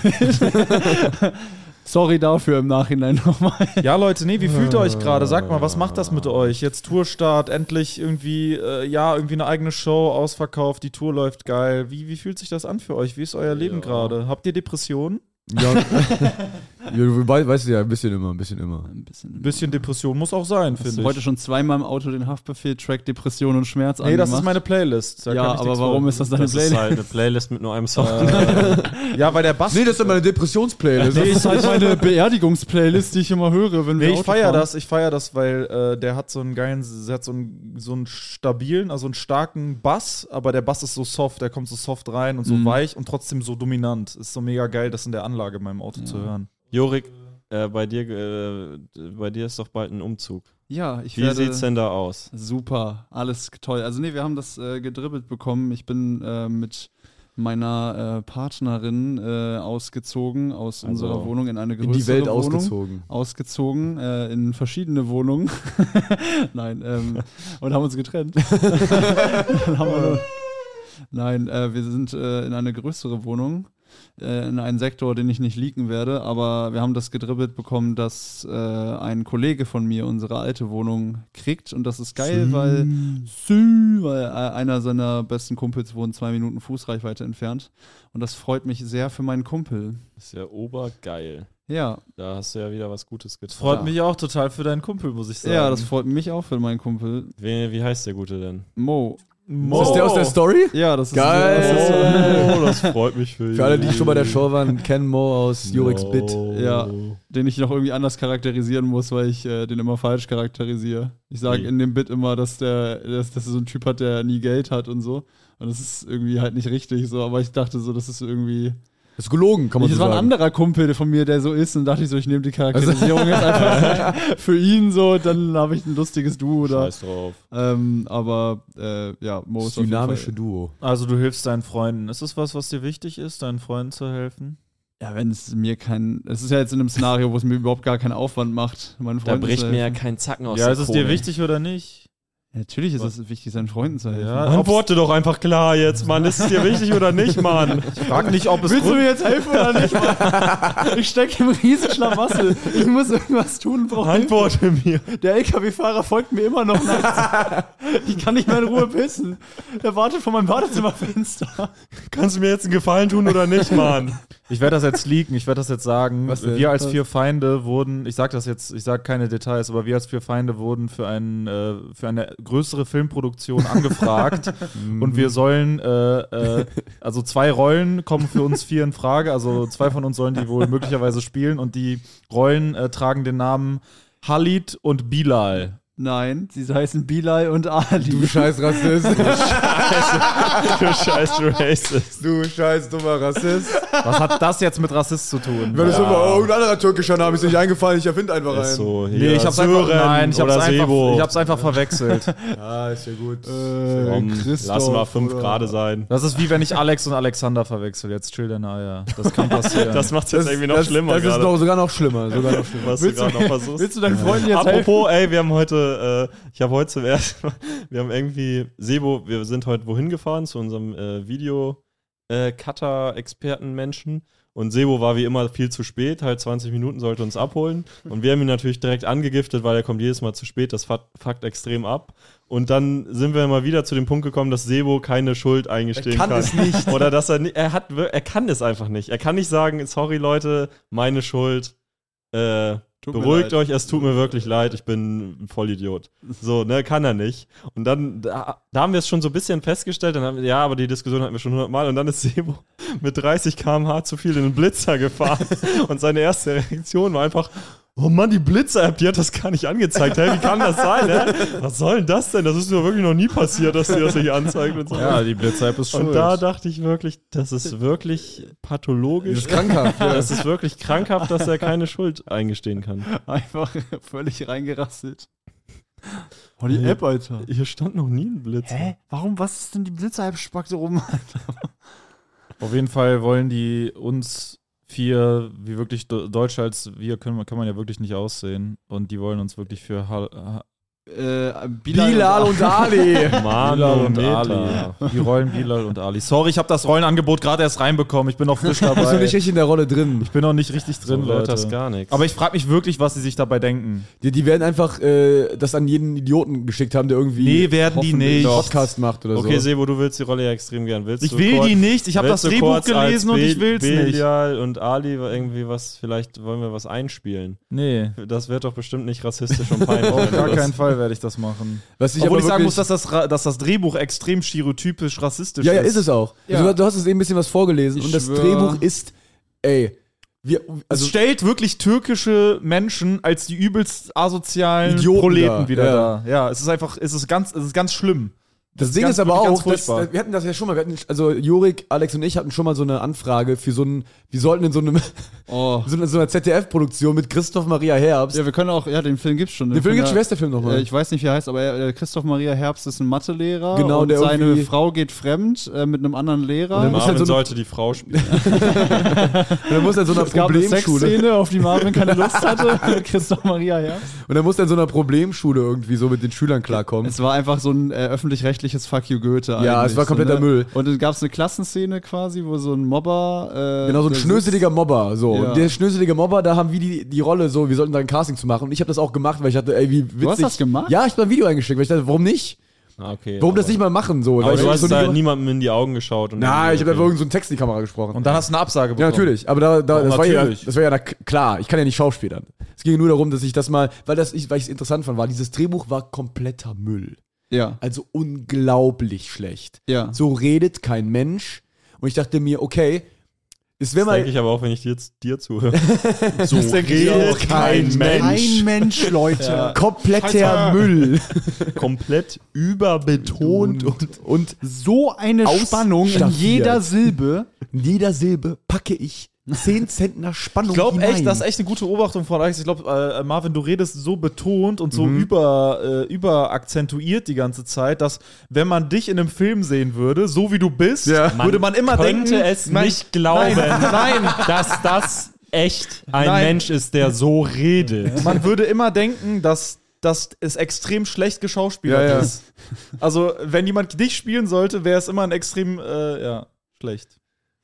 Sorry dafür im Nachhinein nochmal.
Ja, Leute, nee, wie fühlt ihr euch gerade? Sagt mal, was macht das mit euch? Jetzt Tourstart, endlich irgendwie, äh, ja, irgendwie eine eigene Show, ausverkauft, die Tour läuft geil. Wie, wie fühlt sich das an für euch? Wie ist euer Leben gerade? Habt ihr Depressionen?
Ja, *laughs* ja, du wei- weißt ja, ein bisschen immer, ein bisschen immer.
Ein bisschen.
Ein bisschen Depression muss auch sein,
Hast
finde
du
ich.
heute schon zweimal im Auto den Haftbefehl-Track Depression und Schmerz
nee, das
angemacht?
ist meine Playlist. Da kann
Ja,
ich
aber
nichts
warum
für.
ist das deine
Das ist
Playlist?
halt eine Playlist mit nur
*laughs*
einem Song.
Ja, weil der Bass.
Nee, das ist ja meine Depressionsplaylist.
*laughs* Das ist halt meine Beerdigungsplaylist, die ich immer höre, wenn wir
Nee, ich
Auto
feier
fahren.
das, ich feier das, weil äh, der hat so einen geilen, der hat so einen, so einen stabilen, also einen starken Bass, aber der Bass ist so soft, der kommt so soft rein und
Mhm.
so weich und trotzdem so dominant. Ist so mega geil, das in der Anlage in meinem Auto zu hören.
Jorik, äh, bei, dir, äh, bei dir ist doch bald ein Umzug.
Ja, ich
Wie
werde
sieht's denn da aus?
Super, alles toll. Also nee, wir haben das äh, gedribbelt bekommen. Ich bin äh, mit meiner äh, Partnerin äh, ausgezogen aus
Also
unserer Wohnung in eine
in
größere
die Welt
Wohnung.
ausgezogen.
Ausgezogen äh, in verschiedene Wohnungen. *laughs* Nein, ähm, und haben uns getrennt. Dann haben wir, nein, äh, wir sind äh, in eine größere Wohnung, äh, in einen Sektor, den ich nicht leaken werde, aber wir haben das gedribbelt bekommen, dass äh, ein Kollege von mir unsere alte Wohnung kriegt und das ist geil, weil, Sü, weil äh, einer seiner besten Kumpels wohnt zwei Minuten Fußreichweite entfernt und das freut mich sehr für meinen Kumpel.
Ist ja obergeil.
Ja,
Da hast du ja wieder was Gutes getan.
Freut mich auch total für deinen Kumpel, muss ich sagen.
ja, das freut mich auch für meinen Kumpel
Wie, wie heißt der Gute denn?
Mo.
Mo.
Ist das der aus der Story?
Ja, das ist
Geil.
Das ist so,
*laughs*
Oh, das freut mich für
Für alle, die schon bei der Show waren, Ken Mo aus Jurik's Bit.
Ja,
Oh.
den ich noch irgendwie anders charakterisieren muss, weil ich äh, den immer falsch charakterisiere. Ich sage
Wie?
in dem Bit immer, dass der, dass, dass er so ein Typ hat, der nie Geld hat und so. Und das ist irgendwie halt nicht richtig so, aber ich dachte so, das ist irgendwie.
Das ist gelogen, kann man
Ich, es
so
war ein
sagen. Also
anderer Kumpel von mir, der so ist, und dachte ich so, ich nehme die Charakterisierung
*laughs*
jetzt einfach für ihn so, und dann habe ich ein lustiges Duo da.
Scheiß drauf.
Ähm, aber äh, ja, Mo
Das
ist auf jeden
dynamische
Fall-
Duo.
also du hilfst deinen Freunden. Ist das was, was dir wichtig ist, deinen um Freunden zu helfen?
Ja, wenn es mir kein. Es ist ja jetzt in einem Szenario, wo es mir überhaupt gar keinen Aufwand macht. Meinen
Da
Freunden
bricht
zu
mir ja
helfen.
kein Zacken aus
ja,
der
ist es
Krone.
dir wichtig oder nicht?
Natürlich ist es wichtig, seinen Freunden zu helfen.
Ja,
Antworte doch einfach klar jetzt, Mann. Ist es dir wichtig oder nicht,
*laughs*
Mann?
Ich frag nicht, ob es
Willst du mir jetzt helfen oder
*laughs*
nicht? Mann? Ich stecke im riesen Schlamassel. Ich muss irgendwas tun, brauche
Antworte mir.
Hilfe. Der LKW-Fahrer folgt mir immer noch nachts.
*laughs*
Ich kann nicht mehr in Ruhe pissen. Er wartet vor meinem Badezimmerfenster.
Kannst du mir jetzt einen Gefallen tun oder nicht, Mann?
Ich werde das jetzt leaken, ich werde das jetzt sagen.
Was denn?
wir als
Was?
vier Feinde wurden, ich sage das jetzt, ich sage keine Details, aber wir als vier Feinde wurden für, einen, äh, für eine größere Filmproduktion angefragt und wir sollen, äh, äh, also zwei Rollen kommen für uns vier in Frage, also zwei von uns sollen die wohl möglicherweise spielen und die Rollen äh, tragen den Namen Halid und Bilal.
Nein, sie heißen Bilal und Ali.
Du scheiß Rassist.
Du *laughs* scheiß Racist.
du scheiß dummer Rassist.
Was hat das jetzt mit Rassist zu tun?
Wenn es immer irgendein anderer türkischer Name ist, nicht eingefallen, ich erfinde einfach einen.
Ist so, hier.
Nee, ich hab's einfach,
Sören
nein, ich hab's
oder
einfach,
Sebo.
ich hab's einfach verwechselt.
Ja, ist ja gut. Äh,
Komm, lass mal fünf
oder-
gerade sein.
Das ist wie wenn ich Alex und Alexander verwechsel. Jetzt chill deine Eier. Das kann passieren.
Das macht's jetzt irgendwie noch
das,
schlimmer
Das
gerade.
ist noch, sogar noch schlimmer. Sogar noch
*laughs*
schlimmer.
was du gerade noch versuchst.
Willst du deinen Freunden jetzt helfen?
Apropos, ey, wir haben heute, äh, ich habe heute zum ersten Mal, *laughs* wir haben irgendwie, Sebo, wir sind heute wohin gefahren zu unserem äh, Video-Cutter-Experten-Menschen. Und Sebo war wie immer viel zu spät, halt 20 Minuten sollte uns abholen. Und wir haben ihn natürlich direkt angegiftet, weil er kommt jedes Mal zu spät, das fuck- fuckt extrem ab. Und dann sind wir mal wieder zu dem Punkt gekommen, dass Sebo keine Schuld eingestehen
Er kann
kann.
es nicht.
Oder dass er, ni- er hat, wir- er kann es einfach nicht. Er kann nicht sagen, sorry Leute, meine Schuld, äh,
Tut mir
Beruhigt
leid.
euch, es tut mir wirklich leid, ich bin ein Vollidiot. So, ne, kann er nicht. Und dann, da, da haben wir es schon so ein bisschen festgestellt, dann haben, wir- ja, aber die Diskussion hatten wir schon hundertmal und dann ist Sebo *laughs* mit 30 km/h zu viel in den Blitzer
*laughs*
gefahren und seine erste Reaktion war einfach, oh Mann, die Blitzer-App, die hat das gar nicht angezeigt. Hey, wie kann das sein, hä? Was soll denn das denn? Das ist mir wirklich noch nie passiert, dass die das nicht anzeigt und so.
ja, die Blitzzeit ist schuld.
und da dachte ich wirklich, das ist wirklich pathologisch.
Das ist krankhaft.
*laughs*
Ja.
Das ist wirklich krankhaft, dass er keine Schuld eingestehen kann.
Einfach völlig reingerasselt. Oh, die App, Alter.
Hier stand noch nie ein Blitz.
Warum, was ist denn die Blitzer-App-Spack so rum?
Auf jeden Fall wollen die uns vier, wie wirklich do- Deutsche als wir, können, kann man ja wirklich nicht aussehen. Und die wollen uns wirklich für Hal Ha-
Äh,
Bilal und Ali.
Manometer.
die Rollen Bilal und Ali. Sorry, ich habe das Rollenangebot gerade erst reinbekommen. Ich bin noch frisch dabei.
Bist du nicht richtig in der Rolle drin?
ich bin noch nicht richtig drin,
So wird
Leute.
das gar nichts.
Aber ich frage mich wirklich, was sie sich dabei denken.
Die, die werden einfach äh, das an jeden Idioten geschickt haben, der irgendwie
Nee, werden die
hoffentlich
nicht.
einen Podcast macht oder
okay,
so.
Sebo, du willst die Rolle ja extrem gern. Willst
Ich
du
will
kurz-
die nicht. Ich habe das
willst du
Drehbuch
kurz als
gelesen und ich
Be-
will's nicht.
Belial und Ali irgendwie was, vielleicht wollen wir was einspielen.
Nee.
Das wird doch bestimmt nicht rassistisch und
*laughs*
peinlich.
Auf
wenn du
gar
das-
keinen Fall werde ich das machen.
Was ich
Obwohl
aber
ich sagen
wirklich-
muss, dass das, Ra- dass das Drehbuch extrem stereotypisch rassistisch
Ja, ja,
ist.
ist es auch.
Ja.
Also, du hast uns eben ein bisschen was vorgelesen
Ich
und das
schwör.
Drehbuch ist, ey, wir, also
es stellt wirklich türkische Menschen als die übelst asozialen
Idioten
Proleten
da,
wieder
ja.
da. Ja, es ist einfach, es ist ganz, es ist ganz schlimm.
Das Ding
ganz-
ist aber
wirklich ganz
auch, dass, äh,
furchtbar.
wir hatten das ja schon mal, wir hatten, also Jurik, Alex und ich hatten schon mal so eine Anfrage für so einen, wir sollten in so, einem,
*laughs*
*laughs*
Oh.
so einer- so einer ZDF-Produktion mit Christoph Maria Herbst.
Ja, wir können auch, ja, den Film gibt's schon.
den Film gibt's,
ja-
wer ist der Film nochmal?
Äh, Ich weiß nicht, wie er heißt, aber er- äh, Christoph Maria Herbst ist ein Mathelehrer.
Genau,
und
der
seine
irgendwie-
Frau geht fremd äh, mit einem anderen
Und
Lehrer.
dann-
Marvin
Muss halt so eine-
sollte die Frau spielen.
*laughs*
und dann muss er in so einer
*laughs* Es gab eine
Problemschule,
Sexszene, auf die Marvin keine *laughs* Lust hatte, mit Christoph Maria Herbst.
und dann muss er in so einer Problemschule irgendwie so mit den Schülern klarkommen.
Es war einfach so ein äh, öffentlich-rechtliches Fuck you Goethe.
Ja,
eigentlich,
es war kompletter
so, ne?
Müll.
Und dann gab es eine Klassenszene quasi, wo so ein Mobber. Äh,
Genau, so ein
der
schnöseliger Mobber. So.
Ja.
Und der schnöselige Mobber, da haben wir die, die Rolle, so, wir sollten da ein Casting zu machen. Und ich habe das auch gemacht, weil ich hatte, ey, wie witzig.
hast das gemacht?
Ja, ich habe ein Video eingeschickt, weil ich dachte, warum nicht?
Ah, okay.
Warum
aber,
das nicht mal machen? So,
Aber
Weil
du
ich
hast
so
da
nie-
niemandem in die Augen geschaut. und
Nein, ich habe einfach
irgendwie-
irgendeinen so einen Text in die Kamera gesprochen.
Und dann hast du eine Absage
Ja,
bekommen.
natürlich. Aber da, da,
Doch,
das, war ja,
natürlich.
das war ja da k- klar. Ich kann ja nicht schauspielern. Es ging nur darum, dass ich das mal, weil das, ich, weil ich es interessant fand, war, dieses Drehbuch war kompletter Müll.
Sitz- Ja,
Also unglaublich schlecht.
ja.
So redet kein Mensch. Und ich dachte mir, okay, es wäre
Das
mal.
denke ich aber auch, wenn ich dir,
*laughs*
dir zuhöre. so
ich auch.
redet kein
Kein
Mensch.
Mensch, Leute.
Kompletter Müll.
Komplett überbetont.
Und, und, und
So eine Spannung in
Ausstaffiert.
jeder Silbe.
in jeder Silbe packe ich 10 Zentner Spannung.
Ich glaube
hinein.
echt, das ist echt eine gute Beobachtung von Alex. Ich glaube, äh, Marvin, du redest so betont und so
Mhm.
über, äh, überakzentuiert die ganze Zeit, dass wenn man dich in einem Film sehen würde, so wie du bist,
Ja.
würde man immer
könnte
denken,
es nicht glauben,
nein, nein,
dass das echt ein
Nein.
Mensch ist, der so redet.
Man würde immer denken, dass dass es extrem schlecht geschauspielert
Ja, ja.
ist. Also, wenn jemand dich spielen sollte, wäre es immer ein extrem, äh, ja, schlecht.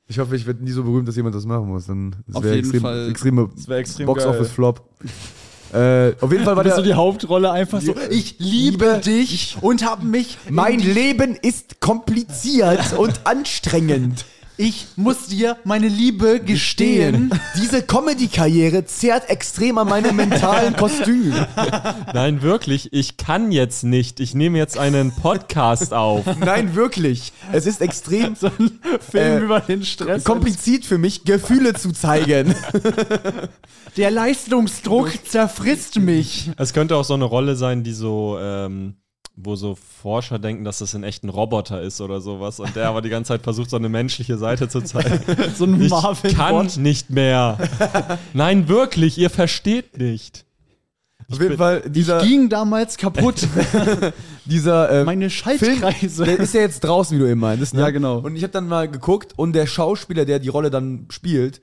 Ich hoffe, ich werde nie so berühmt, dass jemand das machen muss. Dann das
Auf
wär
jeden
extrem,
Fall.
extreme
Das wäre extrem
Box
geil.
Office Flop. *laughs* äh, auf jeden Fall war
War das
der,
so die Hauptrolle einfach so? Ich liebe dich und habe mich.
Mein Leben ist
*laughs*
kompliziert und anstrengend.
Ich muss dir meine Liebe gestehen.
Diese Comedy-Karriere zehrt extrem an meinem mentalen Kostüm.
Nein, wirklich, ich kann jetzt nicht. Ich nehme jetzt einen Podcast auf.
Nein, wirklich. Es ist extrem
Film
Äh,
über den Stress.
kompliziert für mich, Gefühle zu zeigen.
*laughs* Der Leistungsdruck zerfrisst mich.
Es könnte auch so eine Rolle sein, die so, ähm, wo so Forscher denken, dass das ein echter Roboter ist oder sowas und der aber die ganze Zeit versucht, so eine menschliche Seite
*laughs*
zu zeigen.
So ein
Ich
Marvin.
kann
*laughs*
nicht mehr. Nein, wirklich, ihr versteht nicht.
Auf jeden Fall, dieser,
ging damals kaputt.
dieser äh,
Meine Schaltkreise.
der ist ja jetzt draußen, wie du eben meintest. Ne?
Ja, genau.
Und ich habe dann mal geguckt und der Schauspieler, der die Rolle dann spielt,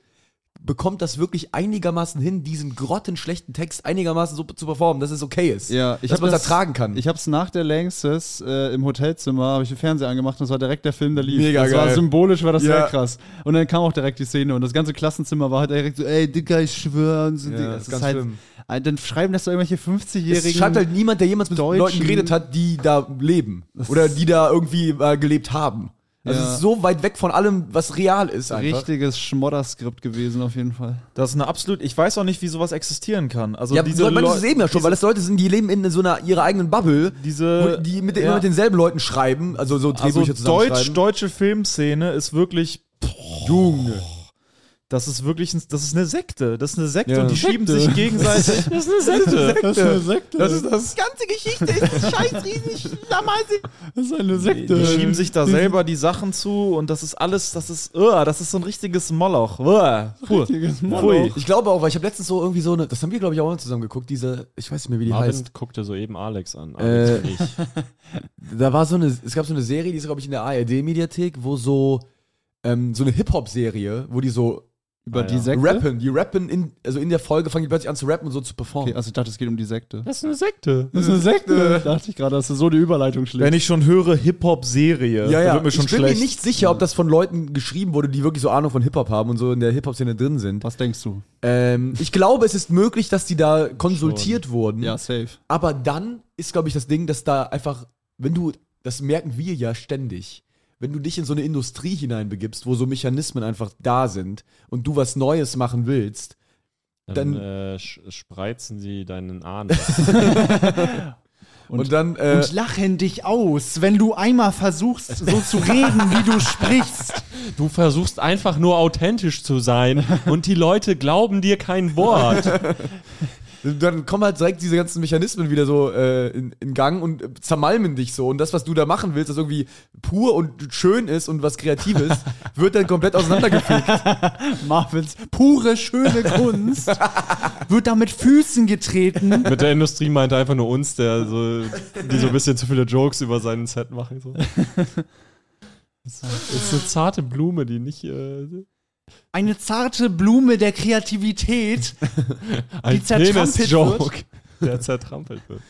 bekommt das wirklich einigermaßen hin, diesen grottenschlechten Text einigermaßen so zu performen, dass es okay ist.
Ja, ich
dass
hab
man es
das-
ertragen kann.
Ich habe es nach der Langsess äh, im Hotelzimmer, habe ich den Fernseher angemacht und es war direkt der Film, der lief.
Mega
das war
geil.
symbolisch, war das
Ja.
sehr krass. Und dann kam auch direkt die Szene und das ganze Klassenzimmer war halt direkt so, ey, Digga, ich schwöre. und So,
Ja,
Digga.
das
Das
ist ganz
halt,
schlimm.
Äh, Dann schreiben das so irgendwelche
Es
50-Jährigen.
schreibt halt niemand, der jemals mit
Deutschen-
Leuten geredet hat, die da leben. Oder die da irgendwie äh, gelebt haben. Also
Ja.
es ist so weit weg von allem, was real ist einfach.
richtiges Schmodderskript gewesen auf jeden Fall.
Das ist eine absolut, ich weiß auch nicht, wie sowas existieren kann. Also,
Ja,
diese,
diese man
Leu-
ist es eben ja schon, weil das Leute sind, die leben in so einer ihrer eigenen Bubble,
diese,
wo die mit,
ja.
immer mit denselben Leuten schreiben, also so
also
Drehbücher
deutsch, deutsche Filmszene ist wirklich,
Junge.
das ist wirklich, ein, das ist eine Sekte. Das ist eine Sekte
Ja.
und die schieben sich gegenseitig.
Das ist eine Sekte.
Das ist eine Sekte. Das ist,
Die ganze Geschichte ist scheiß riesig.
eine Sekte.
Die schieben sich da selber die Sachen zu und das ist alles, das ist, uh, das ist so ein richtiges Moloch. Uh, puh. Genau.
Pfui.
*laughs* Ich glaube auch, weil ich habe letztens so irgendwie so eine, das haben wir glaube ich auch mal zusammen geguckt, diese, ich weiß nicht mehr wie die
Marvin
heißt.
guckte soeben Alex an. Alex
Äh,
und ich.
Da war so eine, es gab so eine Serie, die ist glaube ich in der ARD Mediathek, wo so ähm, so eine Hip-Hop-Serie, wo die so
Über
Ah,
die
ja.
Sekte?
rappen. Die rappen, in, also in der Folge fangen die plötzlich an zu rappen und so zu performen.
Okay, also ich dachte, es geht um die Sekte.
Das ist eine Sekte.
Das ist eine Sekte. Dachte ich gerade, dass du so eine Überleitung
Wenn
schlägst.
ich schon höre Hip-Hop-Serie,
Ja,
also da
ja,
wird mir schon
ich bin
schlecht.
mir nicht sicher, ob das von Leuten geschrieben wurde, die wirklich so Ahnung von Hip-Hop haben und so in der Hip-Hop-Szene drin sind.
Was denkst du?
*laughs*
Ähm, ich glaube, es ist möglich, dass die da konsultiert wurden.
Ja, safe.
Aber dann ist, glaube ich, das Ding, dass da einfach, wenn du, das merken wir ja ständig, wenn du dich in so eine Industrie hineinbegibst, wo so Mechanismen einfach da sind und du was Neues machen willst,
Dann,
Dann-
äh, sch- spreizen sie deinen Ahnen.
und, dann, äh,
und lachen dich aus, wenn du einmal versuchst, so zu reden, wie du sprichst.
*laughs* Du versuchst einfach nur authentisch zu *laughs* sein und die Leute glauben dir kein Wort.
dann kommen halt direkt diese ganzen Mechanismen wieder so äh, in, in Gang und äh, zermalmen dich so. Und das, was du da machen willst, das irgendwie pur und schön ist und was Kreatives, *laughs* wird dann komplett auseinandergefegt.
Marvins pure, schöne Kunst wird da mit Füßen getreten.
Mit der Industrie meint er einfach nur uns, der so, die so ein bisschen zu viele Jokes über seinen Set machen. So. Das ist eine zarte Blume, die nicht. Äh,
Eine zarte Blume der Kreativität.
ein
zertrampelt
Penis-Joke, der zertrampelt wird.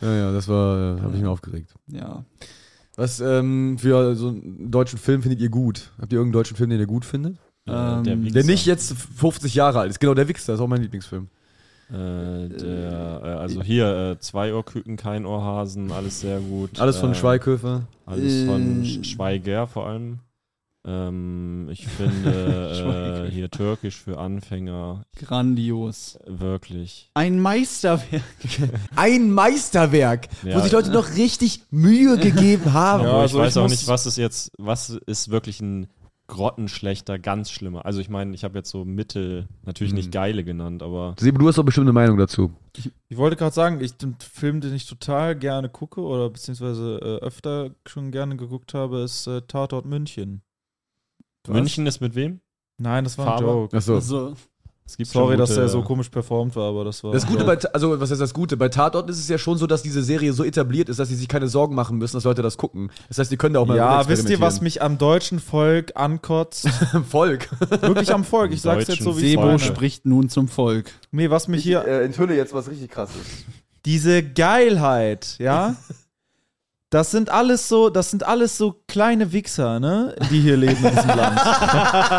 ja, ja, das war, äh, habe ich mir aufgeregt.
Ja.
Was ähm, für so einen deutschen Film findet ihr gut? Habt ihr irgendeinen deutschen Film, den ihr gut findet?
Äh,
Ähm,
Wichser.
Der nicht jetzt 50 Jahre alt ist. Genau, der Wichser ist auch mein Lieblingsfilm.
Äh, der, äh, also hier, äh, zwei Ohrküken, kein Ohrhasen, alles sehr gut.
Alles von
äh,
Schweighöfer.
Alles von
Ähm.
Äh.
Sch Schweiger vor allem. Ähm,
*laughs*
ich finde
Schweiger.
äh, hier türkisch für Anfänger
Grandios.
wirklich.
Ein Meisterwerk.
Ein Meisterwerk,
Ja.
wo sich Leute noch richtig Mühe
*laughs*
gegeben haben.
Obwohl ich
also ich
weiß auch
muss-
nicht, was ist jetzt, was ist wirklich ein grottenschlechter, ganz schlimmer. Also ich meine, ich habe jetzt so Mittel, natürlich
Mhm.
nicht geile genannt, aber
Sebo, du hast doch bestimmt eine Meinung dazu.
Ich wollte gerade sagen, ich den Film, den ich total gerne gucke oder beziehungsweise äh, öfter schon gerne geguckt habe, ist äh, Tatort München.
München ist mit wem?
Nein, das war
Faber?
ein Joke.
Achso.
Also,
Es gibt
Sorry,
schon
dass
gute-
der so komisch performt war, aber das war.
Das Gute bei, Ta- also was heißt das Gute? Bei Tatort ist es ja schon so, dass diese Serie so etabliert ist, dass sie sich keine Sorgen machen müssen, dass Leute das gucken. Das heißt, die können da auch mal
ja, wisst ihr, was
mit
mich am deutschen Volk ankotzt?
*laughs* dem Volk.
Wirklich am Volk. Ich sag's jetzt
Deutschen
so wie
Sebo
es meine.
spricht nun zum Volk.
Nee, was mich
Ich
hier.
äh, enthülle jetzt was richtig krasses.
diese Geilheit, ja? Das sind alles so, das sind alles so kleine Wichser, ne? Die hier leben in diesem Land.
*laughs*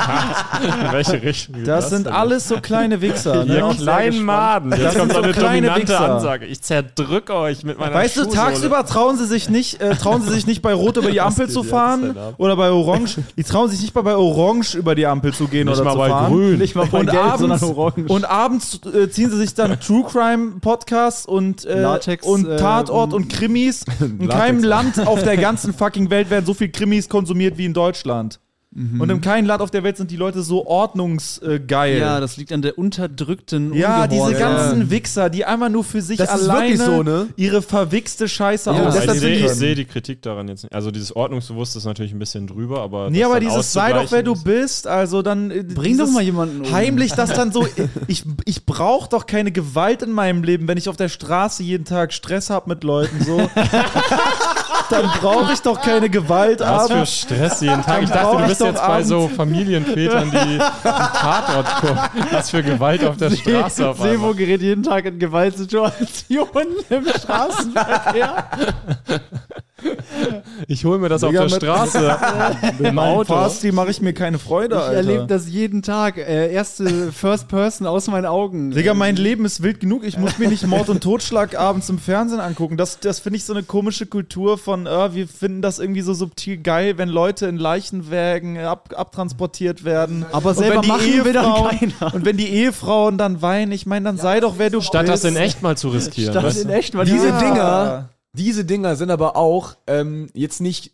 In welche Richtung? geht
Das sind
denn?
alles so kleine
*laughs*
Wichser,
Ihr
ne?
kleinen Maden, jetzt
Das
kommt
sind
so
so
eine
kleine
dominante
Wichser.
Ansage. Ich zerdrück euch mit meiner
Weißt du,
Schuhsohle.
tagsüber trauen sie sich nicht, äh, trauen sie sich nicht bei Rot
*laughs*
über die Ampel zu
geht
fahren
jetzt denn ab?
oder bei Orange. Die trauen sich nicht mal bei Orange über die Ampel zu gehen
Nicht
oder
mal
zu
bei
fahren.
Grün.
Nicht mal
Und abends, und abends äh, ziehen sie sich dann True Crime Podcasts und, äh,
Latex,
und
äh,
Tatort
um- *laughs*
und Krimis. In keinem Land auf der ganzen fucking Welt werden so viel Krimis konsumiert wie in Deutschland.
Mhm.
Und in keinem Land auf der Welt sind die Leute so ordnungsgeil.
Ja, das liegt an der unterdrückten
Ja, diese
Ungehorten.
ganzen Wichser, die einmal nur für sich
Das ist
alleine
wirklich so, ne?
ihre verwichste Scheiße
Ja,
ja,
Aber ich
das ist
sehe
natürlich-
ich sehe die Kritik daran jetzt nicht. Also dieses Ordnungsbewusstsein ist natürlich ein bisschen drüber, aber.
Nee,
das
aber
dann
dieses sei doch, wer du
auszugleichen
bist, also dann. äh,
Bring doch
dieses
mal jemanden um.
Heimlich das dann so, ich, ich brauche doch keine Gewalt in meinem Leben, wenn ich auf der Straße jeden Tag Stress habe mit Leuten so. dann brauche ich doch keine Gewalt,
Was
aber
für Stress jeden Tag. Ich
brauch
dachte, du
ich
bist
doch
jetzt bei
abends.
so Familienvätern, die einen Tatort gucken. Was für Gewalt auf der Straße auf
Sebo
einmal.
gerät jeden Tag in Gewaltsituationen im *laughs* Straßenverkehr.
Ich hole mir das
Digga,
auf der
mit-
Straße. Im Auto.
Fasti mache ich mir keine Freude,
Ich erlebe
Alter.
das jeden Tag. Äh, erste First Person aus meinen Augen.
Digga, mein Leben ist wild genug. Ich muss mir nicht Mord und Totschlag abends im Fernsehen angucken. Das, das finde ich so eine komische Kultur von, äh, wir finden das irgendwie so subtil geil, wenn Leute in Leichenwägen äh, ab, abtransportiert werden.
aber
Und wenn
selber
die
machen will dann
Ehefrauen-
keiner.
Und wenn die Ehefrauen dann weinen, ich meine, dann sei doch, wer du
Statt das
bist.
in echt mal zu riskieren.
Das
weißt
Äh, in
du?
echt, weil
Diese
ja.
Dinger, diese Dinger sind aber auch ähm, jetzt nicht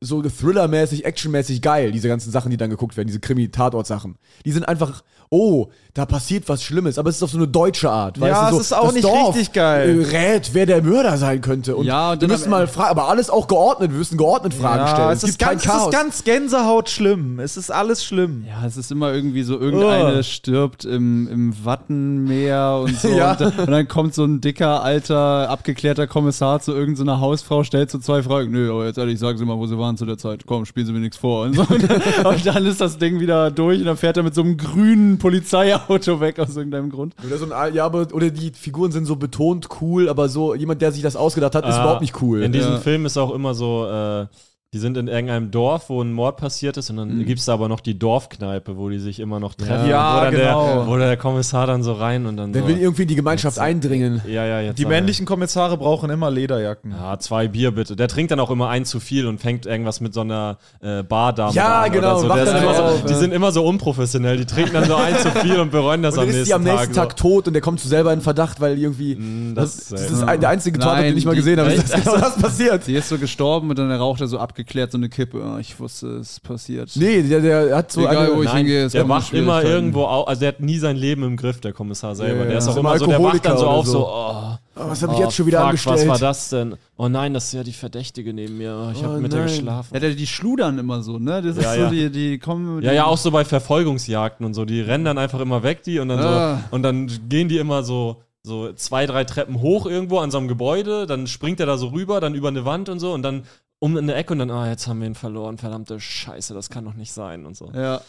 so thrillermäßig, actionmäßig geil, diese ganzen Sachen, die dann geguckt werden, diese Krimi-Tatort-Sachen. Die sind einfach, oh, da passiert was Schlimmes, aber es ist auf so eine deutsche Art.
Ja,
du,
es ist auch
das
nicht richtig geil.
äh, Rät, wer der Mörder sein könnte. Und
Ja, und
wir
dann
müssen
am
mal fragen, aber alles auch geordnet, wir müssen geordnet Fragen stellen.
Ja, es ist, ganz, es ist ganz Gänsehaut schlimm. Es ist alles schlimm.
Ja, es ist immer irgendwie so, irgendeine
Oh.
stirbt im, im Wattenmeer und so.
Ja.
und, da, und dann kommt so ein dicker, alter, abgeklärter Kommissar zu irgendeiner Hausfrau, stellt so zwei Fragen. Nö, aber jetzt ehrlich, sagen Sie mal, wo sie waren zu der Zeit. Komm, spielen Sie mir nichts vor. Und, so. *laughs* und dann ist das Ding wieder durch und dann fährt er mit so einem grünen Polizeiauto weg aus irgendeinem Grund.
Oder, so ein, ja, aber, oder die Figuren sind so betont cool, aber so jemand, der sich das ausgedacht hat, ist
Ah,
überhaupt nicht cool.
In diesem
ja.
Film ist auch immer so, äh, die sind in irgendeinem Dorf, wo ein Mord passiert ist, und dann gibt's gibt es da aber noch die Dorfkneipe, wo die sich immer noch treffen.
Ja,
wo dann
genau.
Der, wo der Kommissar dann so rein und dann
Der
so.
will irgendwie in die Gemeinschaft eindringen.
ja, ja, jetzt
Die
hat er-
männlichen Kommissare brauchen immer Lederjacken.
Ja, zwei Bier bitte. Der trinkt dann auch immer ein zu viel und fängt irgendwas mit so einer äh, Bardame
Ja,
an.
genau,
Oder so.
wacht
Der ist
dann
immer so
auf,
die
ja.
sind immer so unprofessionell. Die trinken dann so ein zu viel und bereuen das
Und dann
am
ist
nächsten,
die am nächsten Tag,
so.
tot und der kommt zu selber in Verdacht, weil irgendwie. das, das ist ein, der einzige
Nein,
Tatort, den ich mal
die-
gesehen habe. *laughs*
echt?
Das ist genau das passiert.
Die ist so gestorben und dann raucht er so abgeklärt so eine Kippe. Ah, ich wusste, es passiert.
Nee, der, der hat so.
Egal,
eine,
wo ich hingehe, es
Der
kommen
wacht immer
Schwierigkeiten.
irgendwo auf, also der hat nie sein Leben im Griff, der Kommissar selber.
Ja, ja.
Der ist auch
Ist
immer
immer
so, der wacht dann so
Alkoholiker
auf, so,
oder
oh,
oh, was habe ich
oh,
jetzt schon wieder
fuck,
angestellt?
was war das denn? Oh nein, das ist ja die Verdächtige neben mir. Oh, ich
Oh
habe mit der
nein.
geschlafen.
Ja, der, die schludern immer so, ne? Das
Ja,
ist so
ja.
die, die kommen.
Ja, ja, auch so bei Verfolgungsjagden und so. Die rennen dann einfach immer weg, die und dann
Ah.
so, und dann gehen die immer so so zwei, drei Treppen hoch irgendwo an so einem Gebäude, dann springt er da so rüber, dann über eine Wand und so und dann um eine Ecke und dann, ah, jetzt haben wir ihn verloren, verdammte Scheiße, das kann doch nicht sein und so.
Ja.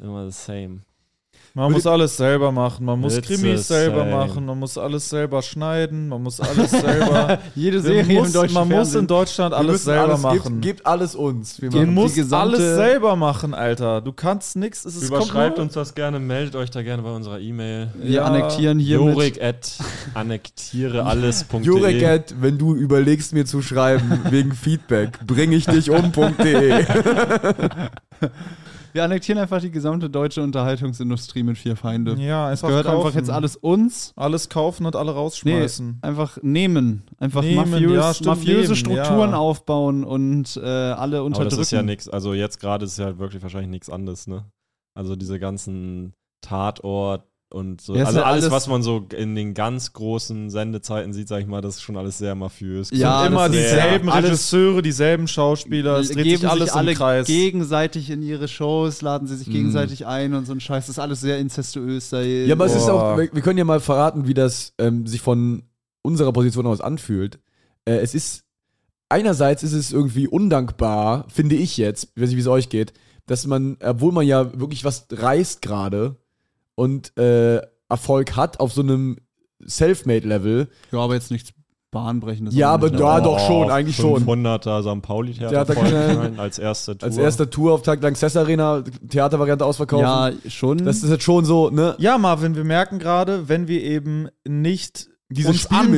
Immer das same.
Man muss alles selber machen. Man muss
It's
Krimis
the
selber
same.
machen. Man muss alles selber schneiden. Man muss alles
*laughs*
selber.
Jede
Man
Serie
muss,
im deutschen
man muss in
Fernsehen.
Deutschland
Wir
alles
müssen
selber
alles, gebt-
machen.
Gebt alles uns. Wir
Du
machen-
musst
die gesamte-
alles selber machen, Alter. Du kannst nichts. Es ist
Überschreibt
kommt
uns das gerne, meldet euch da gerne bei unserer E-Mail.
Wir
Ja.
annektieren hier
Jurik at annektierealles.de
Jurek, Ed, wenn du überlegst, mir zu schreiben wegen Feedback, bringe ich dich um um.de.
Wir annektieren einfach die gesamte deutsche Unterhaltungsindustrie mit vier Feinde.
nur- Ja,
es
einfach
gehört
kaufen.
einfach jetzt alles uns.
Alles kaufen und alle
Nee,
rausschmeißen.
einfach nehmen. Einfach
Nehmen,
mafiös,
ja, stimmt,
mafiöse
nehmen,
Strukturen
ja.
aufbauen und äh, alle
Aber
unterdrücken.
das ist ja nichts. Also jetzt gerade ist ja wirklich wahrscheinlich nichts anderes, ne? Also diese ganzen Tatort und so.
Ja, ist
also
ja
alles,
alles-
was man so in den ganz großen Sendezeiten sieht, sag ich mal, das ist schon alles sehr mafiös.
Ja,
Immer
das ist-
dieselben
ja, alles-
Regisseure, dieselben Schauspieler. Es dreht
geben
sich alles
sich alle
im Kreis.
gegenseitig in ihre Shows, laden sie sich gegenseitig ein und so ein Scheiß. Das ist alles sehr incestuös. Da Oh.
Ja, aber es ist
Boah.
auch, wir wir können ja mal verraten, wie das ähm, sich von unserer Position aus anfühlt. Äh, es ist, einerseits ist es irgendwie undankbar, finde ich jetzt, ich weiß nicht, wie es euch geht, dass man, obwohl man ja wirklich was reißt gerade und äh, Erfolg hat auf so einem Selfmade-Level.
ja, aber jetzt nichts bahnbrechendes.
Ja,
auch
aber
nicht,
da doch schon, eigentlich schon.
500er St. Pauli
Ja, da
Theater
kann-
als erste Tour.
Als erster Tourauftakt Langsess Arena, Theatervariante ausverkaufen.
Ja, schon.
Das ist jetzt schon so, ne?
Ja, Marvin, wir merken gerade, wenn wir eben nicht
Dieses
uns
Spiel
anbiedern,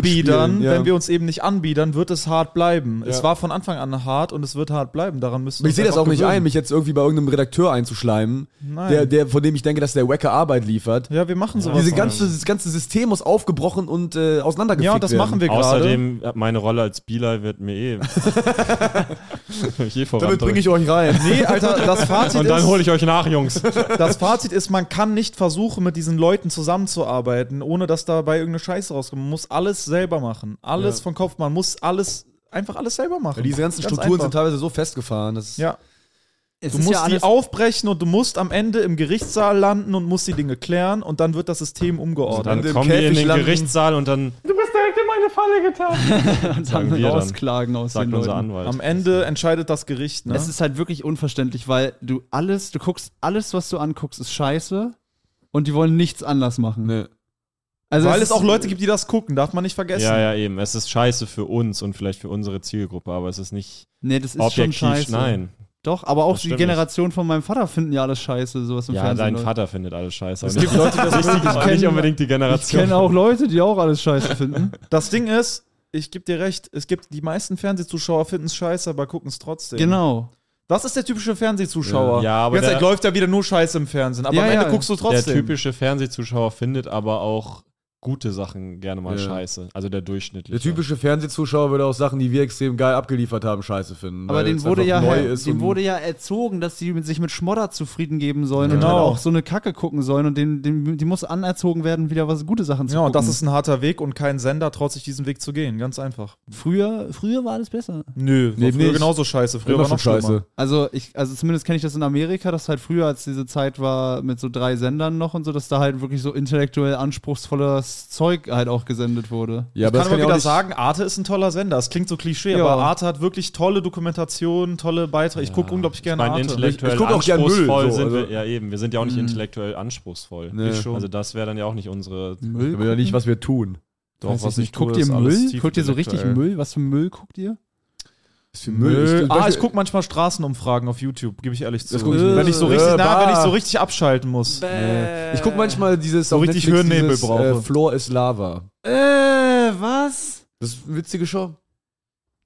mitspielen, ja.
wenn wir uns eben nicht anbiedern, wird es hart bleiben. Es
Ja.
war von Anfang an hart und es wird hart bleiben. Daran müssen wir
Ich sehe das
einfach
auch nicht
gewöhnen.
ein, mich jetzt irgendwie bei irgendeinem Redakteur einzuschleimen,
Nein.
der, der, von dem ich denke, dass der wacke Arbeit liefert.
ja, wir machen sowas.
Diese
nicht.
ganze, das ganze System muss aufgebrochen und äh, auseinandergefickt
ja, und das
werden.
machen wir gerade.
Außerdem, äh, meine Rolle als Bieler wird mir eh. ich eh
Damit bringe
voranbringen.
ich euch rein.
Nee,
*laughs*
Alter, das Fazit,
Und dann
ist,
hole ich euch nach, Jungs.
das Fazit ist, man kann nicht versuchen, mit diesen Leuten zusammenzuarbeiten, ohne dass dabei irgendeine Scheiße rauskommt. Man muss alles selber machen. Alles von Kopf. Man muss alles, einfach alles selber machen.
Diese ganzen
Ganz
Strukturen sind halt-
einfach.
teilweise so festgefahren. Das
Ja.
es
Du
ist
musst
ja
die
alles
aufbrechen und du musst am Ende im Gerichtssaal landen und musst die Dinge klären und dann wird das System umgeordnet.
Dann
im
kommen die in
Käfig
den
landen.
Gerichtssaal und dann
Halt
sagen
*laughs* dann
wir dann.
rausklagen aus
sagt
den
unser
Leuten.
Anwalt.
Am Ende entscheidet das Gericht. Ne?
Es ist halt wirklich unverständlich, weil du alles, du guckst, alles, was du anguckst, ist scheiße und die wollen nichts anders machen. Also
Weil es
ist-
auch Leute gibt, die das gucken, darf man nicht vergessen.
Ja, ja, eben. Es ist scheiße für uns und vielleicht für unsere Zielgruppe, aber es ist nicht
Nee, das ist
objektiv.
schon scheiße.
nein.
Doch, aber auch
Das
die
stimmt
Generation von meinem Vater finden ja alles scheiße, sowas im
Ja,
Fernsehen.
dein
läuft.
Vater findet alles scheiße.
Es
aber
gibt Leute, die das
*laughs* nicht,
wirklich
aber nicht
kenn-
unbedingt die
Ich
Generation.
kenne auch Leute, die auch alles scheiße finden.
Das Ding ist, ich gebe dir recht, es gibt die meisten Fernsehzuschauer finden es scheiße, aber gucken es trotzdem.
genau.
Das ist der typische Fernsehzuschauer.
Ja, ja, aber
Die ganze
der-
Zeit läuft ja wieder nur Scheiße im Fernsehen, aber
Ja,
am Ende
ja.
guckst du
der
trotzdem.
typische Fernsehzuschauer findet aber auch gute Sachen gerne mal
Ja.
scheiße. Also der
Der
durchschnittliche.
typische Fernsehzuschauer würde auch Sachen, die wir extrem geil abgeliefert haben, scheiße finden.
Aber
weil
denen
es
wurde, ja,
einfach neu ist
denen
und-
wurde ja erzogen, dass sie mit- sich mit Schmodder zufrieden geben sollen und
Genau.
halt auch so eine Kacke gucken sollen und denen, denen, die muss anerzogen werden, wieder was gute Sachen zu
Ja, und
gucken.
das ist ein harter Weg und kein Sender traut sich diesen Weg zu gehen. Ganz einfach.
früher, früher war alles besser.
Nö, war
Nee,
früher
nicht.
genauso scheiße. Früher
immer
war
schon
noch
scheiße.
Also ich, also zumindest kenne ich das in Amerika, dass halt früher, als diese Zeit war mit so drei Sendern noch und so, dass da halt wirklich so intellektuell anspruchsvoller gutes Zeug halt auch gesendet wurde.
Ja,
ich kann aber wieder
nicht-
sagen, Arte ist ein toller Sender. Es klingt so klischee,
Ja.
aber Arte hat wirklich tolle Dokumentationen, tolle Beiträge. Ich gucke unglaublich gerne
meine,
Arte.
intellektuell
Ich guck auch gern Müll,
anspruchsvoll
so,
sind
also-
wir, ja eben, wir sind ja auch nicht intellektuell anspruchsvoll.
Nee. Ich schon.
Also das wäre dann ja auch nicht unsere...
Mhm.
Ich will ja nicht, was wir tun.
Doch, was ich
guckt
tue,
ihr
ist alles
Müll?
tief
Guckt ihr so richtig
intellektuell.
Müll? Was für Müll guckt ihr?
Ist für
Nö.
Ich,
ah, ich gucke manchmal Straßenumfragen auf YouTube, gebe ich ehrlich zu.
Das guck ich nicht.
wenn, ich so richtig,
Äh,
na, wenn ich
bah.
so richtig abschalten muss.
Äh, ich guck manchmal dieses
So
auf
richtig
Netflix
Hirnnebel
dieses,
brauche.
Äh, Floor is Lava.
Äh, was?
Das ist eine witzige Show.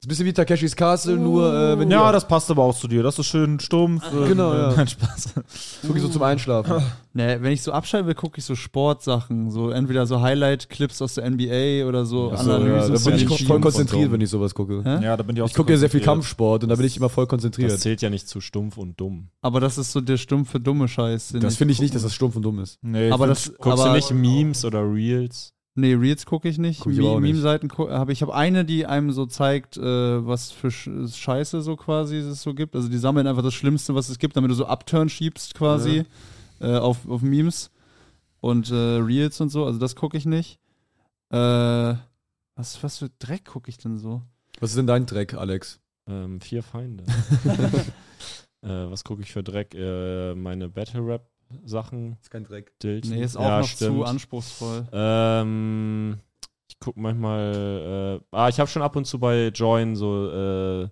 Das ist ein bisschen wie Takeshis Castle, nur äh, wenn
Ja,
du,
das passt aber auch zu dir. Das ist schön stumpf. äh,
Genau, ja.
*laughs* Nein, Spaß.
das wirklich so zum Einschlafen.
Nee, wenn ich so abschalte, gucke ich so Sportsachen. So entweder so Highlight-Clips aus der NBA oder so
Achso, Also, ja, da
von
bin ich
den
ko- voll
Schienen.
konzentriert, wenn ich sowas gucke.
Hä?
Ja, da bin ich auch
Ich gucke ja sehr viel
konzentriert.
Kampfsport und da bin ich immer voll konzentriert.
Das
Das,
zählt ja nicht zu stumpf und dumm.
Aber das ist so der stumpfe, dumme Scheiß. den
finde ich nicht,
gucke.
dass das stumpf und dumm ist.
Nee,
Aber
aber
das,
Guckst
aber,
du nicht Memes oder Reels?
Nee, Reels gucke ich nicht.
Guck ich aber auch nicht.
Meme-Seiten gu- habe ich. Ich habe eine, die einem so zeigt, äh, was für Sch- Scheiße so quasi es so gibt. Also die sammeln einfach das Schlimmste, was es gibt, damit du so Upturn schiebst quasi äh, auf, auf Memes und äh, Reels und so. Also das gucke ich nicht. Äh, was, was für Dreck gucke ich denn so?
Was ist denn dein Dreck, Alex?
Ähm, vier
*laughs*
Feinde. äh, was gucke ich für Dreck? Äh, meine Battle-Rap-Sachen.
ist kein Dreck.
Dilchen.
Nee, ist auch
Ja,
noch zu
stimmt.
anspruchsvoll.
Ähm, ich gucke manchmal. Äh, ah, ich habe schon ab und zu bei Join so äh,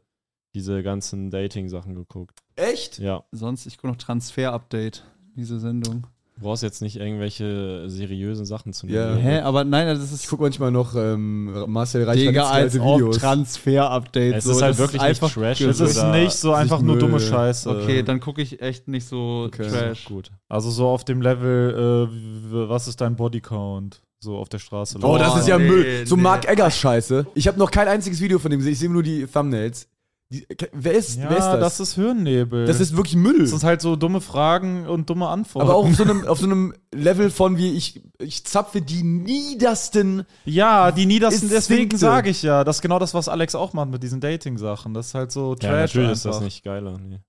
diese ganzen Dating-Sachen geguckt.
Echt?
Ja.
Sonst, ich gucke noch Transfer-Update, diese Sendung.
Du brauchst jetzt nicht irgendwelche seriösen Sachen zu
Ja.
nehmen.
Hä, aber nein, das ist
Ich gucke manchmal noch ähm, Marcel Reich
Digga, als ob
Videos.
Transfer-Update.
Es ist halt wirklich nicht Trash.
es ist
oder-
nicht so einfach nur dumme Scheiße.
Okay, dann gucke ich echt nicht so
Okay.
Trash.
Gut.
Also so auf dem Level, äh, w- was ist dein Bodycount? So auf der Straße.
Oh, das
laufen.
ist ja
nee,
Müll. So
nee.
Mark Eggers Scheiße. Ich habe noch kein einziges Video von dem gesehen. Ich sehe nur die Thumbnails. Die, wer, ist,
Ja,
wer ist das?
das ist Hirnnebel.
Das ist wirklich Müll.
Das sind halt so dumme Fragen und dumme Antworten.
Aber auch auf so, einem, auf so einem Level von wie ich, ich zapfe die niedersten.
ja, die niedersten,
Ist
deswegen
Finkte.
sage ich ja. Das ist genau das, was Alex auch macht mit diesen Dating-Sachen. Das ist halt so
Ja,
Trash.
natürlich ist das
einfach.
nicht geiler. Nee.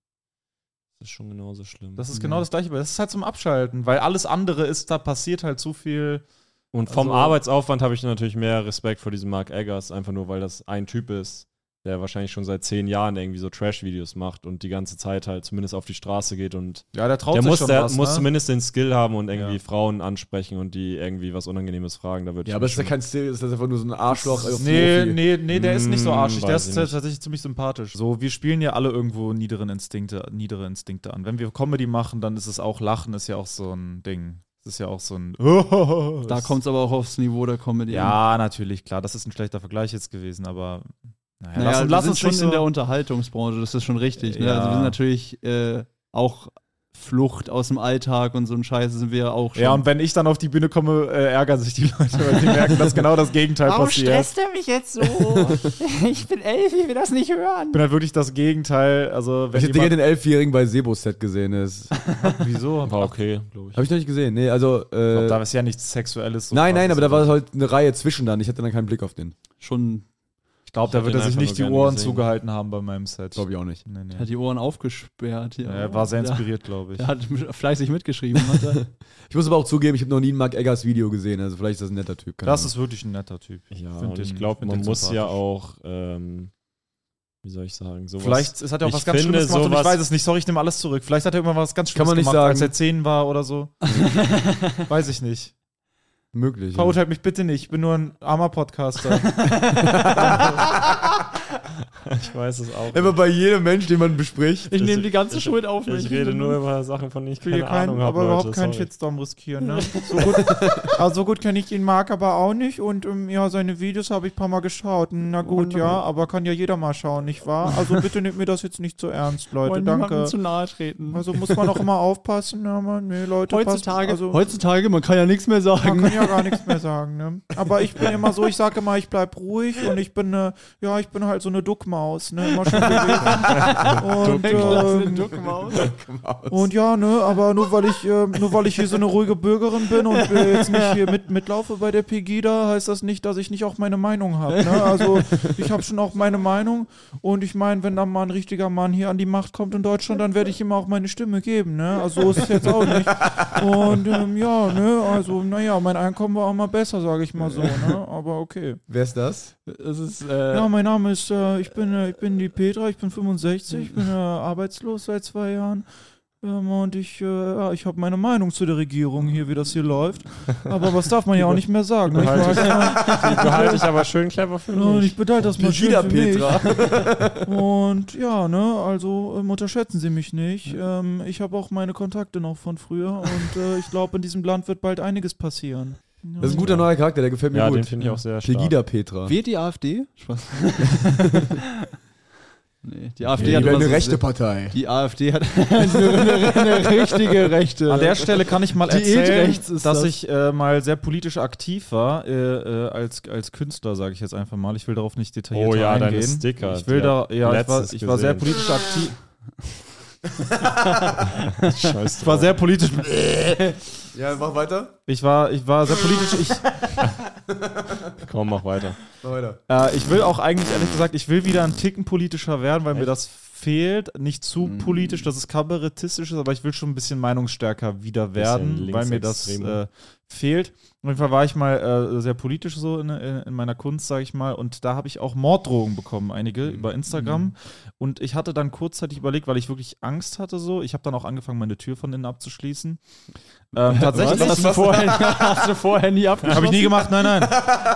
Das ist schon genauso schlimm.
Das ist genau das gleiche. aber Das ist halt zum Abschalten, weil alles andere ist, da passiert halt zu viel.
Und vom
Also-
Arbeitsaufwand habe ich natürlich mehr Respekt vor diesem Mark Eggers, einfach nur weil das ein Typ ist, der wahrscheinlich schon seit zehn Jahren irgendwie so Trash-Videos macht und die ganze Zeit halt zumindest auf die Straße geht und
Ja, der traut
der
sich
muss,
schon
der
was,
muss
ne?
zumindest den Skill haben und irgendwie
Ja.
Frauen ansprechen und die irgendwie was Unangenehmes fragen. Da würde
Ja,
ich
aber das ist ja
schon-
kein Stil, das ist einfach nur so ein Arschloch. auf
Nee,
Profi.
nee, nee, der ist nicht so
Mm,
arschig. Der
weiß
ist
ich nicht.
tatsächlich ziemlich sympathisch. So, wir spielen ja alle irgendwo niederen Instinkte, niedere Instinkte an. Wenn wir Comedy machen, dann ist es auch Lachen, ist ja auch so ein Ding. Das ist ja auch so ein. *laughs*
Da kommt es aber auch aufs Niveau der Comedy. an.
Ja, natürlich, klar. Das ist ein schlechter Vergleich jetzt gewesen, aber. Naja,
naja,
lass,
wir
lass
sind
uns
schon
nicht
in
so.
der Unterhaltungsbranche, das ist schon richtig. Ne?
Ja.
Also wir sind natürlich äh, auch Flucht aus dem Alltag und so ein Scheiß sind wir auch schon.
ja, und wenn ich dann auf die Bühne komme, äh, ärgern sich die *laughs* Leute, weil die merken, dass genau das Gegenteil
Warum
passiert.
stresst er mich jetzt
*laughs*
so? ich bin elf, ich will das nicht hören.
Ich bin halt wirklich das Gegenteil. Also, wenn
Ich hab Digga
jemand,
den Elfjährigen bei Sebo-Set gesehen. Ist.
wieso?
War okay, glaube ich.
Habe ich noch nicht gesehen. Nee, also.
Ich
Äh,
glaub, da ist ja nichts Sexuelles. so also
nein, nein,
krasses.
aber da war halt eine Reihe zwischen dann. Ich hatte dann keinen Blick auf den.
schon
Ich glaube, da
hab
wird
den
er sich
einfach
nicht die
nur gerne
Ohren
gesehen.
zugehalten haben bei meinem Set.
Glaube ich auch nicht.
Nee, nee.
hat die Ohren aufgesperrt. Ja.
Ja, er war sehr inspiriert, glaube ich.
Er hat fleißig mitgeschrieben. Hat er.
Ich muss aber auch zugeben, ich habe noch nie ein Mark Eggers Video gesehen. Also vielleicht ist das ein netter Typ. keine
das
Ahnung.
ist wirklich ein netter Typ.
Ja,
find
und
den-
ich glaube,
find
man
den
muss ja
sympathisch.
auch, ähm, wie soll ich sagen, sowas.
Vielleicht, es hat er auch
Ich
was ganz
finde
Schlimmes gemacht und ich
sowas-
weiß es nicht. Sorry, ich nehme alles zurück. Vielleicht hat er irgendwann was ganz
Kann
Schlimmes
man nicht
gemacht,
sagen.
als er 10 war oder so. weiß ich nicht.
möglich. Ja.
Verurteilt mich bitte nicht. Ich bin nur ein armer Podcaster.
ich weiß es auch.
Immer bei jedem Menschen, den man bespricht.
ich
nehme
nehme
die
die ganze
ich-
Schuld auf mich.
Ich rede nur über Sachen, von denen ich
Ich will
keine
hier keinen,
Ahnung habe.
aber überhaupt
Leute,
keinen
sorry.
Shitstorm riskieren. Ne? So gut, *laughs* also so gut kenne ich den Marc aber auch nicht. Und ähm, ja, seine Videos habe ich ein paar Mal geschaut. Na gut, ja, aber kann ja jeder mal schauen, nicht wahr? Also bitte nehmt mir das jetzt nicht so ernst, Leute.
Wollen niemandem
Danke.
zu nahe treten.
Also muss man auch
*laughs*
immer aufpassen. Aber, nee, Leute, passt-
Heutzutage,
also,
heutzutage, man kann ja nichts mehr
Man
sagen.
kann ja gar nichts mehr sagen, ne? Aber ich bin immer so, ich sage immer, ich bleib ruhig und ich bin, äh, ja, ich bin halt
so eine Duckmaus, ne? Immer schon gewesen. und, ähm, und ja, ne, aber nur weil ich, ähm, nur weil ich hier so eine ruhige Bürgerin bin und äh, jetzt nicht hier mit, mitlaufe bei der Pegida, heißt das nicht, dass ich nicht auch meine Meinung habe. Ne? Also ich habe schon auch meine Meinung und ich meine, wenn dann mal ein richtiger Mann hier an die Macht kommt in Deutschland, dann werde ich ihm auch meine Stimme geben. Ne? Also so ist es jetzt auch nicht. Und ähm, ja, ne, also naja, mein Einkommen war auch mal besser, sage ich mal so. Ne? Aber okay.
Wer ist das?
Das ist, äh,
Ja, mein Name ist, äh, ich bin, äh, ich bin die Petra, ich bin 65, ich bin äh, arbeitslos seit zwei Jahren. Ähm, und ich, äh, ja, ich habe meine Meinung zu der Regierung hier, wie das hier läuft. Aber was darf
*laughs*
man ja auch nicht mehr sagen. ne? Ich,
Behalte
weiß,
Die behalte ich aber schön
*laughs*
clever für
Oh,
äh,
mich.
ich bedeute das mal schön
Wieder
für
Petra. *laughs*
mich. *laughs* Und ja, ne, also ähm, unterschätzen Sie mich nicht. Ähm, ich habe auch meine Kontakte noch von früher und äh, ich glaube, in diesem Land wird bald einiges passieren.
Das ist ein guter neuer Charakter, der gefällt mir
Ja,
gut.
den finde ich auch sehr stark.
Pegida Petra.
wählt die AfD? Spaß. nee, die AfD
Die
hat
wäre
immer
eine
so
rechte
sehr-
Partei.
Die AfD hat eine, eine richtige Rechte.
An Ah, der Stelle kann ich mal
Äh, *laughs* Diät
erzählen,
rechts
dass
ist das.
ich äh, mal sehr politisch aktiv war, äh, äh, als, als Künstler, sage ich jetzt einfach mal. Ich will darauf nicht detailliert
Oh ja,
eingehen.
deine Sticker.
Ich will da, ja, ich war,
Letztens
ich war sehr
gesehen.
politisch aktiv.
*laughs* Scheiß
Ich war sehr
*laughs*
politisch.
Ja, mach weiter.
Ich war, ich war sehr politisch. Ich,
drauf. Komm, mach weiter.
Mach weiter.
äh, ich will auch eigentlich ehrlich gesagt, ich will wieder einen Ticken politischer werden, weil mir das fehlt. Nicht zu
Hm.
politisch, dass es kabarettistisch ist, aber ich will schon ein bisschen meinungsstärker wieder werden,
Bisschen
weil mir das
linksextrem.
äh, fehlt. Auf jeden Fall war ich mal äh, sehr politisch so in, in in meiner Kunst, sage ich mal, und da habe ich auch Morddrohungen bekommen, einige
Hm.
über Instagram. Und ich hatte dann kurzzeitig überlegt, weil ich wirklich Angst hatte so. Ich habe dann auch angefangen, meine Tür von innen abzuschließen.
*laughs*
Ähm, tatsächlich.
Hast du vorher, hast du vorher nie abgeschlossen?
Habe ich nie gemacht, nein,
*laughs*
nein.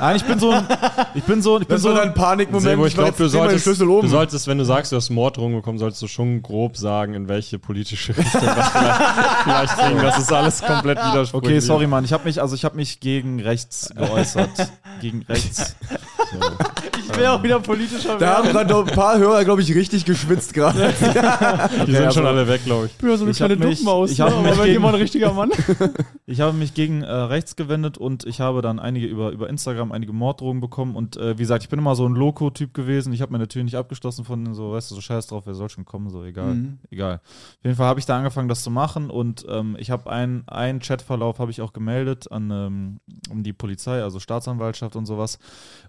Nein, ich bin so ein, ich bin so, ich bin
Das
so
war
ein,
dein Panikmoment.
Sebo, ich
war
glaube,
jetzt
du
zehnmal den
solltest,
Schlüssel
du
oben.
solltest, wenn du sagst, du hast Morddrohungen bekommen, solltest du schon grob sagen, in welche politische Richtung das vielleicht, vielleicht ging. Das ist alles komplett widersprüchlich.
Okay, sorry, Mann. Ich habe mich, also ich habe mich gegen rechts geäußert. gegen rechts.
Ich wäre auch wieder politischer
Da haben gerade noch ein paar Hörer, glaube ich, richtig geschwitzt gerade.
Die sind
also-
schon alle weg, glaube ich.
Ich bin ja so eine
Ich
kleine
hab mich-
Duckmaus.
ich hab
ne?
mich
aber wenn
gegen-
jemand ein richtiger Mann.
Ich habe mich gegen äh, rechts gewendet und ich habe dann einige über, über Instagram einige Morddrohungen bekommen. Und äh, wie gesagt, ich bin immer so ein Loco-Typ gewesen. Ich habe meine Tür nicht abgeschlossen von denen, so, weißt du, so scheiß drauf, wer soll schon kommen, so egal. Egal. Auf jeden Fall habe ich da angefangen, das zu machen und ähm, ich habe einen, einen Chatverlauf habe ich auch gemeldet an ähm, um die Polizei, also Staatsanwaltschaft und sowas.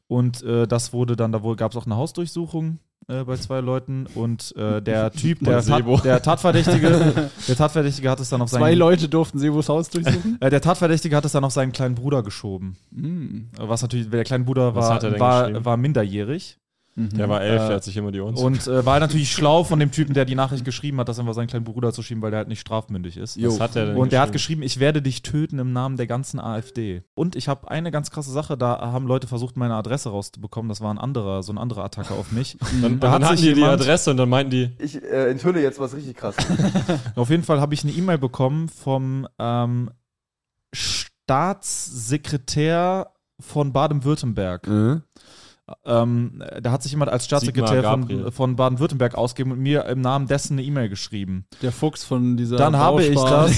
Und äh, das wurde dann, da gab es auch eine Hausdurchsuchung äh, bei zwei Leuten und äh, der Typ, der,
Sebo.
Tat, der Tatverdächtige, der Tatverdächtige hat es dann auf seinen
Zwei Leute durften Sebos Haus
*laughs*
durchsuchen.
äh, Der Tatverdächtige hat es dann auf seinen kleinen Bruder geschoben.
Hm.
Äh, Was natürlich, der kleine Bruder
Was
war,
hat er denn geschrieben?
war, war minderjährig
Der war elf, der
Äh,
hat sich immer die uns.
und äh, war natürlich schlau von dem Typen, der die Nachricht geschrieben hat, das einfach seinen kleinen Bruder zu schieben, weil der halt nicht strafmündig ist.
Was hat der denn
Und der hat geschrieben, ich werde dich töten im Namen der ganzen AfD. Und ich habe eine ganz krasse Sache, da haben Leute versucht, meine Adresse rauszubekommen. Das war ein anderer, so ein anderer Attacke auf
*laughs*
mich.
Dann,
Da
dann
hat
hatten
sich
die die
jemand-
Adresse und dann meinten die,
Ich äh, enthülle jetzt was richtig krasses.
Auf jeden Fall habe ich eine E-Mail bekommen vom ähm, Staatssekretär von Baden-Württemberg.
Hm?
Ähm, da hat sich jemand als Staatssekretär
Sigmar
von,
Gabriel.
von Baden-Württemberg ausgegeben und mir im Namen dessen eine E-Mail geschrieben.
Der Fuchs von dieser.
Dann habe ich
Bauspar- *laughs*
das.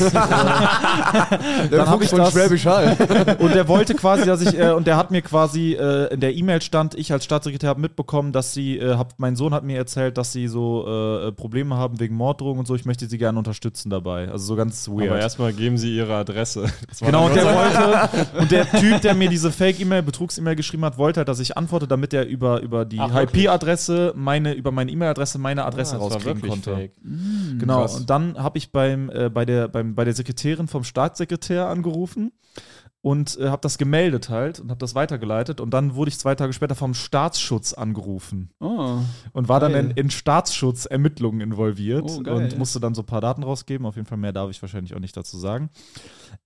Der
hab
Fuchs
ich
von
das-
Schwäbisch Hall.
Und der wollte quasi, dass ich, äh, und der hat mir quasi äh, in der E-Mail stand, ich als Staatssekretär habe mitbekommen, dass sie, äh, hab, mein Sohn hat mir erzählt, dass sie so äh, Probleme haben wegen Morddrohungen und so, ich möchte sie gerne unterstützen dabei. Also so ganz weird.
aber erstmal geben sie ihre Adresse. Das war
Genau, und
dann
der
unser-
wollte, und der Typ, der mir diese Fake-E-Mail, Betrugs-E-Mail geschrieben hat, wollte halt, dass ich antworte, damit er über, über die
Ach, wirklich?
IP-Adresse, meine, über meine E-Mail-Adresse, meine Adresse
Ah, das war
rauskriegen
wirklich
konnte.
fake.
Hm,
Genau, und dann habe ich beim, äh, bei, der, beim, bei der Sekretärin vom Staatssekretär angerufen und äh, habe das gemeldet halt und habe das weitergeleitet und dann wurde ich zwei Tage später vom Staatsschutz angerufen
*laughs* Oh.
und war dann
Geil.
in, in Staatsschutzermittlungen involviert
Oh, geil.
und musste dann so ein paar Daten rausgeben. Auf jeden Fall mehr darf ich wahrscheinlich auch nicht dazu sagen.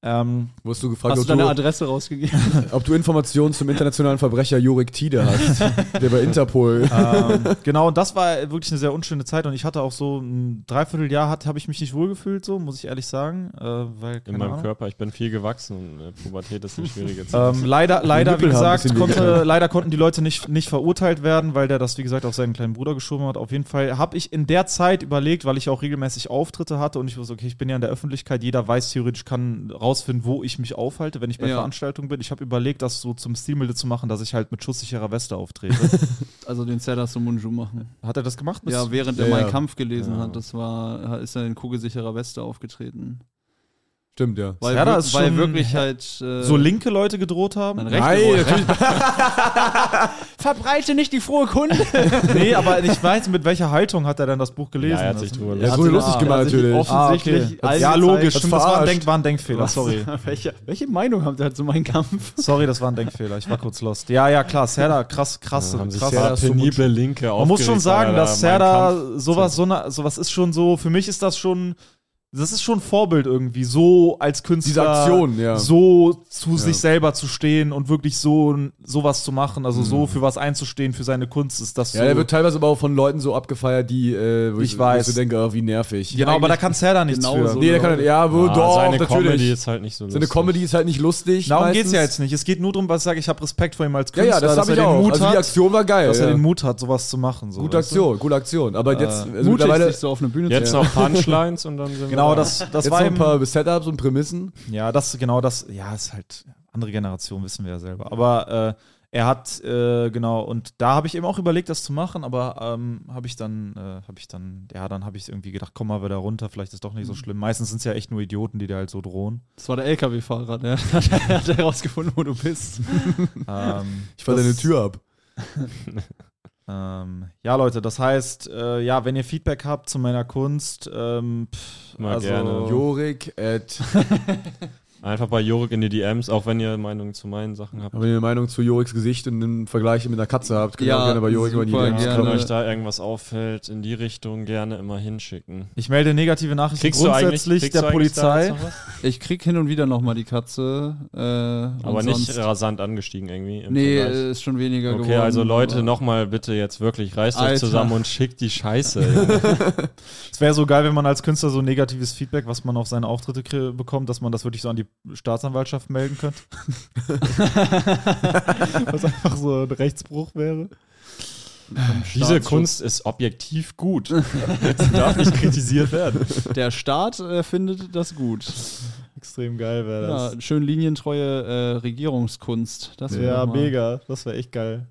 Ähm, *laughs*
Wurdest du gefragt,
Hast
ob
du deine
du,
Adresse rausgegeben?
ob du Informationen zum internationalen Verbrecher Jorik Tiede hast, der bei Interpol.
ähm, genau, und das war wirklich eine sehr unschöne Zeit und ich hatte auch so ein Dreivierteljahr hat, habe ich mich nicht wohlgefühlt, so muss ich ehrlich sagen, äh, weil
In
keine
meinem
Ahnung.
Körper, ich bin viel gewachsen in der Paket ist eine schwierige Zeit.
Ähm, leider, leider, wie
Nippel haben ein
gesagt,
bisschen
konnte,
wehgetan.
leider konnten die Leute nicht, nicht verurteilt werden, weil der das, wie gesagt, auf seinen kleinen Bruder geschoben hat. Auf jeden Fall habe ich in der Zeit überlegt, weil ich auch regelmäßig Auftritte hatte und ich wusste, okay, ich bin ja in der Öffentlichkeit, jeder weiß theoretisch, kann rausfinden, wo ich mich aufhalte, wenn ich bei
Ja.
Veranstaltungen bin. Ich habe überlegt, das so zum Stilmittel zu machen, dass ich halt mit schusssicherer Weste auftrete.
Also den Zelda Sumunju machen.
hat er das gemacht?
Ja, während
Ja,
er meinen
ja.
Kampf gelesen hat, das war, ist er in kugelsicherer Weste aufgetreten.
Stimmt, ja.
Weil,
Zelda
wir-
ist
weil
schon-
wirklich halt äh,
so linke Leute gedroht haben?
Nein,
Nein,
rechte Nein,
Verbreite nicht die frohe Kunde.
*laughs* nee, aber ich weiß, mit welcher Haltung hat er denn das Buch gelesen?
ja, er hat sich drüber
Ja,
ja,
so lustig gemacht natürlich.
offensichtlich
Ah, okay.
allen
Ja, logisch.
gezeigt.
Stimmt, das war ein,
verarscht.
Denk, war ein
Ah,
Denkfehler. Sorry.
*laughs*
welche, welche Meinung habt ihr halt zu meinem Kampf?
Sorry, das war ein Denkfehler. Ich war kurz lost. Ja, ja, klar. Serda, krass, krass.
haben sich
krass.
sehr penible Linke
Man muss schon
aufgeregt,
sagen,
Alter,
dass
mein
Serda
Kampf.
sowas, so eine, sowas ist schon so, für mich ist das schon, das ist schon Vorbild irgendwie, so als Künstler. *laughs*
Diese Aktion, ja.
So zu sich selber zu stehen und wirklich so ein- sowas zu machen, also so für was einzustehen, für seine Kunst ist das
Mhm. Ja,
so.
der wird teilweise aber auch von Leuten so abgefeiert, die, äh, wo
Ich
ich,
weiß.
Wo ich so denke, oh, wie nervig.
genau, aber da kann Serda nichts
genau
für.
so.
Nee, der kann ja, wo,
Oh,
Ah,
doch,
seine
natürlich.
Comedy ist halt nicht so
seine
lustig.
Comedy ist halt nicht lustig.
Darum geht es
meistens.
ja jetzt nicht. Es geht nur darum, was ich sage, ich habe Respekt vor ihm als
Ja,
Künstler,
ja, das
dass
habe
er
ich
den
auch.
Mut
Also
hat,
die Aktion war geil.
dass
ja.
er den Mut hat, sowas zu machen. So,
Gute
weißt du?
Aktion, gute Aktion. Aber jetzt, also
mutig
mittlerweile
sich so auf eine Bühne
Jetzt
zu
noch Punchlines und dann sind wir
Genau,
da.
das, das
jetzt
war
noch ein
ihm-
paar Setups und Prämissen.
Ja, das genau das, ja, ist halt andere Generation, wissen wir ja selber. Aber äh, er hat, äh, genau, und da habe ich eben auch überlegt, das zu machen, aber ähm, habe ich dann, äh, habe ich dann, ja, dann habe ich irgendwie gedacht, komm mal wieder runter, vielleicht ist doch nicht so
Mhm.
schlimm. Meistens sind es ja echt nur Idioten, die dir halt so
*laughs*
drohen.
Das war der LKW-Fahrer, der *laughs* hat herausgefunden, wo du bist.
ähm,
Ich falle
das-
deine Tür ab.
Ähm, ja, Leute, das heißt, äh, ja, wenn ihr Feedback habt zu meiner Kunst, ähm, pff,
Mal gerne.
Also, Jorik at.
Einfach bei Jorik in die DMs, auch wenn ihr Meinung zu meinen Sachen habt.
Wenn ihr eine Meinung zu Joriks Gesicht und einen Vergleich mit einer Katze habt, könnt ihr
Ja,
auch gerne bei Jorik über die
super
DMs
Ja,
gerne.
Wenn
kommen.
euch da irgendwas auffällt, in die Richtung gerne immer hinschicken.
ich melde negative Nachrichten grundsätzlich
kriegst
der
du eigentlich da jetzt
Polizei.
noch was?
Ich krieg hin und wieder nochmal die Katze. Äh,
Aber
aber
nicht äh, rasant angestiegen irgendwie. im
Nee, äh,
Vergleich.
ist schon weniger
Okay,
geworden.
also Leute,
aber-
nochmal bitte jetzt wirklich, reißt euch
Alter.
zusammen und schickt die Scheiße.
Es wäre so geil, wenn man als Künstler so negatives Feedback, was man auf seine Auftritte krie- bekommt, dass man das wirklich so an die Staatsanwaltschaft melden könnte. was einfach so ein Rechtsbruch wäre.
Diese Kunst ist objektiv gut. Jetzt darf nicht kritisiert werden.
*laughs* Der Staat äh, findet das gut.
Extrem geil wäre das.
Ja, schön linientreue äh, Regierungskunst. Das wär
Ja,
doch mal-
mega. Das wäre echt geil.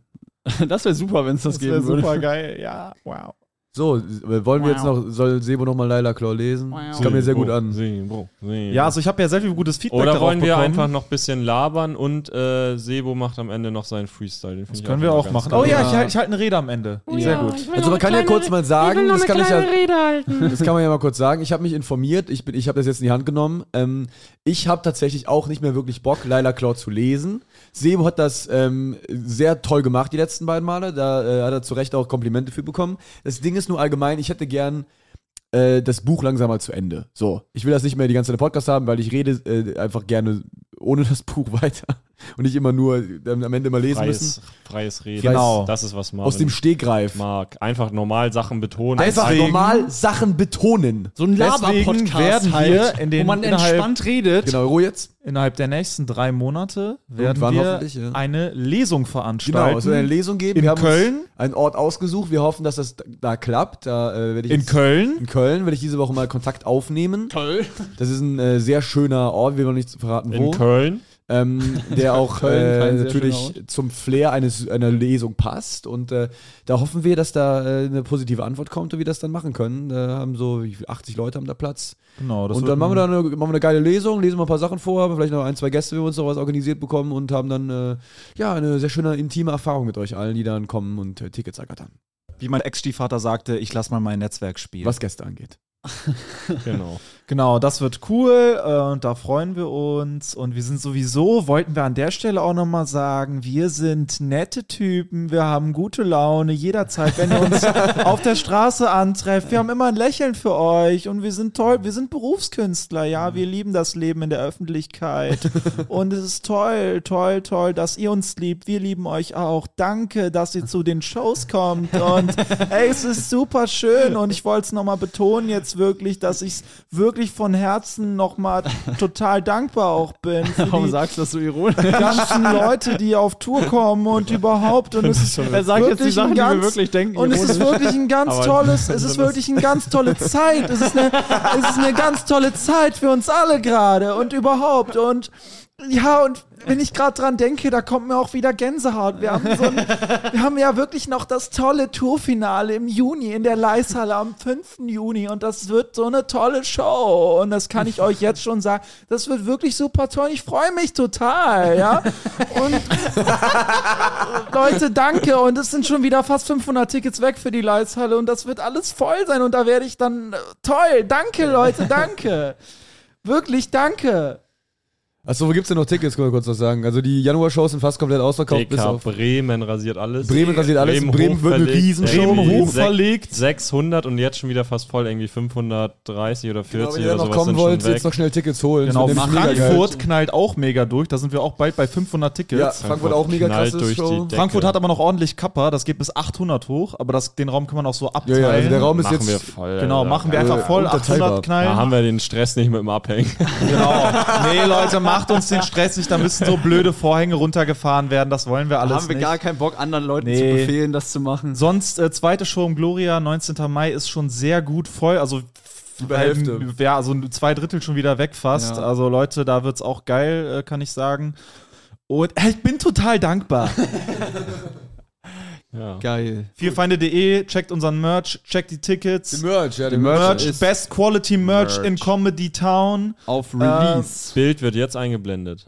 *laughs* Das wäre super, wenn es das,
Das wäre
geben würde.
super geil. Ja, wow.
So, äh, wollen wir jetzt noch, soll Sebo nochmal Laila Claw lesen? Das kam mir sehr gut an.
Sebo, Sebo.
Ja, also ich habe ja sehr viel gutes Feedback
Oder
darauf
wollen wir
bekommen.
einfach noch ein bisschen labern und äh, Sebo macht am Ende noch seinen Freestyle. Den find
Das
ich
können wir auch
immer
machen.
ganz
Oh
cool.
ja, ich, halt- ich halte eine Rede am Ende. Sehr gut.
Also man kann ja kurz mal sagen, das kann ich ja,
Rede halten.
*laughs* das kann man ja mal kurz sagen. Ich habe mich informiert, ich, bin- ich habe das jetzt in die Hand genommen. Ähm, ich habe tatsächlich auch nicht mehr wirklich Bock, Laila Claw zu lesen. Sebo hat das ähm, sehr toll gemacht die letzten beiden Male. Da äh, hat er zu Recht auch Komplimente für bekommen. Das Ding ist nur allgemein, ich hätte gern äh, das Buch langsam mal zu Ende. So, ich will das nicht mehr die ganze Zeit im Podcast haben, weil ich rede äh, einfach gerne ohne das Buch *laughs* weiter und nicht immer nur äh, am Ende mal lesen müssen.
Freies, freies Reden.
Genau.
Das ist was Marvin
Aus dem Stegreif.
mag. Einfach normal Sachen betonen.
Einfach
Deswegen-
normal Sachen betonen.
So ein
Deswegen werden
halt,
wir in
wo
den
man
innerhalb,
entspannt redet.
Genau, Ruhe jetzt.
innerhalb der nächsten drei Monate werden
Irgendwann
wir
hoffentlich, ja.
eine Lesung veranstalten.
Genau, es wird eine Lesung geben.
In
wir haben
Köln?
Uns einen Ort ausgesucht. Wir hoffen, dass das da, da klappt. Da, äh, werde ich
In
jetzt-
Köln.
In Köln werde ich diese Woche mal Kontakt aufnehmen. Toll. Das ist ein äh, sehr schöner Ort, wir wollen nicht verraten, wo.
In Köln.
Ähm, der auch
Köln,
äh,
kein sehr
natürlich
schöner
zum Flair eines, einer Lesung passt. Und äh, da hoffen wir, dass da äh, eine positive Antwort kommt und wir das dann machen können. Da haben so wie viel, 80 Leute haben da Platz.
Genau, das
und
wird
dann machen wir,
ein-
Mhm.
da eine, machen wir eine geile Lesung, lesen wir ein paar Sachen vor, haben vielleicht noch ein, zwei Gäste, wenn wir uns noch was organisiert bekommen und haben dann äh, ja eine sehr schöne intime Erfahrung mit euch allen, die dann kommen und äh, Tickets ergattern.
wie mein Ex-Stiefvater sagte, ich lass mal mein Netzwerk spielen.
Was Gäste angeht. *laughs*
Genau.
Genau, das wird cool äh, und da freuen wir uns. Und wir sind sowieso, wollten wir an der Stelle auch nochmal sagen, wir sind nette Typen, wir haben gute Laune jederzeit, wenn ihr uns auf der Straße antrefft. Wir haben immer ein Lächeln für euch und wir sind toll, wir sind Berufskünstler, ja, wir lieben das Leben in der Öffentlichkeit. Und es ist toll, toll, toll, dass ihr uns liebt. Wir lieben euch auch. Danke, dass ihr zu den Shows kommt. Und ey, es ist super schön. Und ich wollte es nochmal betonen jetzt wirklich, dass ich es wirklich
wirklich von Herzen nochmal total dankbar auch bin. Für
Warum
die
sagst du das so ironisch?
ganzen Leute, die auf Tour kommen und überhaupt. Und es ist
Er sagt jetzt die
wirklich ein
Sachen, die wir
ganz,
wirklich denken,
Und es ist
ironisch.
wirklich ein ganz
Aber-
tolles, es ist wirklich eine ganz tolle Zeit. Es ist eine, es ist eine ganz tolle Zeit für uns alle gerade und überhaupt. Und ja, und wenn ich gerade dran denke, da kommt mir auch wieder Gänsehaut. Wir haben, so ein, wir haben ja wirklich noch das tolle Tourfinale im Juni in der Leishalle am 5. Juni und das wird so eine tolle Show. Und das kann ich euch jetzt schon sagen. Das wird wirklich super toll. Ich freue mich total, ja. Und *laughs* Leute, danke. Und es sind schon wieder fast 500 Tickets weg für die Leishalle und das wird alles voll sein und da werde ich dann äh, toll. Danke, Leute, danke. Wirklich, danke.
Achso, wo gibt's denn noch Tickets? Können wir kurz was sagen. Also die Januar-Shows sind fast komplett ausverkauft. Bis
DK
auf
Bremen rasiert alles.
Bremen rasiert alles. Bremen, wird eine
hochverlegt.
Riesenshow.
Bremen
Hoch-
hochverlegt. 600 und jetzt schon wieder fast voll, irgendwie 530 oder 40
Genau, wenn ihr
oder
noch
sowas
kommen
sind
wollt,
schon weg.
jetzt noch schnell Tickets holen.
Genau,
Das wird nämlich mega geil.
Frankfurt knallt auch mega durch. Da sind wir auch bald bei 500 Tickets.
Ja, Frankfurt auch mega
knallt
krasses
durch die
Show.
Decke.
Frankfurt hat aber noch ordentlich Kappa. Das geht bis 800 hoch. Aber das, den Raum kann man auch so
Ja,
abteilen.
ja, also der Raum ist
machen
jetzt.
wir voll.
Genau,
Alter.
machen wir einfach voll.
unterteilbar.
800 knallen.
Da haben wir den Stress nicht mit dem Abhängen. *laughs*
Genau. Nee, Leute, macht uns den Stress nicht. Da müssen so blöde Vorhänge runtergefahren werden. Das wollen wir alles
haben wir
nicht.
gar keinen Bock, anderen Leuten zu
Nee.
befehlen, das zu machen.
Sonst, äh, zweite Show im Gloria, 19. Mai, ist schon sehr gut voll. Also,
Über Hälfte.
ähm, Ja, also zwei Drittel schon wieder weg fast.
Ja.
Also, Leute, da wird's auch geil, äh, kann ich sagen. Und äh, ich bin total
*laughs*
dankbar.
Ja.
Geil.
Vierfeinde.de, checkt unseren Merch, checkt die
Die
Tickets.
Merch, ja, die Merch.
Merch, Best Quality Merch, in Comedy Town.
Auf Release.
Bild wird jetzt eingeblendet.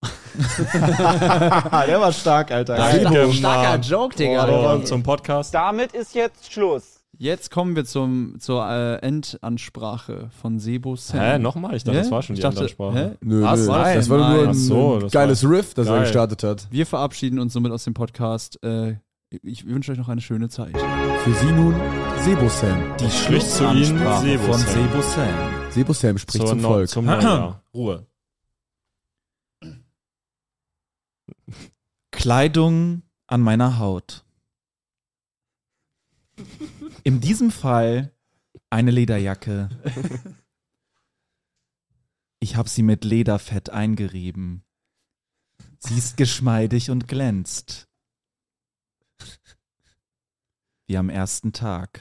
Ah, *laughs* der war stark, Alter. Oh.
Danke, Mann.
Joke,
Boah, und zum Podcast.
Damit ist jetzt Schluss.
Jetzt kommen wir zum, zur äh, Endansprache von Sebo Sam.
Hä, nochmal? Ich dachte,
Hä?
das war schon die
Ich dachte,
Ansprache.
hä?
Nö, nö.
Was? Nein,
Das war nur
nein.
ein
Ach so, das
geiles Riff, das er
geil.
gestartet hat.
Wir verabschieden uns somit aus dem Podcast. Äh, ich wünsche euch noch eine schöne Zeit.
Für Sie nun Sebo Sam.
Die
Schluss zu Ihnen, Sebo
von
Sam.
Sebo Sam.
Sebo Sam spricht
Zur
zum
Neu-
Volk.
Zum Neujahr. Ruhe.
Kleidung an meiner Haut. In diesem Fall eine Lederjacke. Ich habe sie mit Lederfett eingerieben. Sie ist geschmeidig und glänzt. Wie am ersten Tag.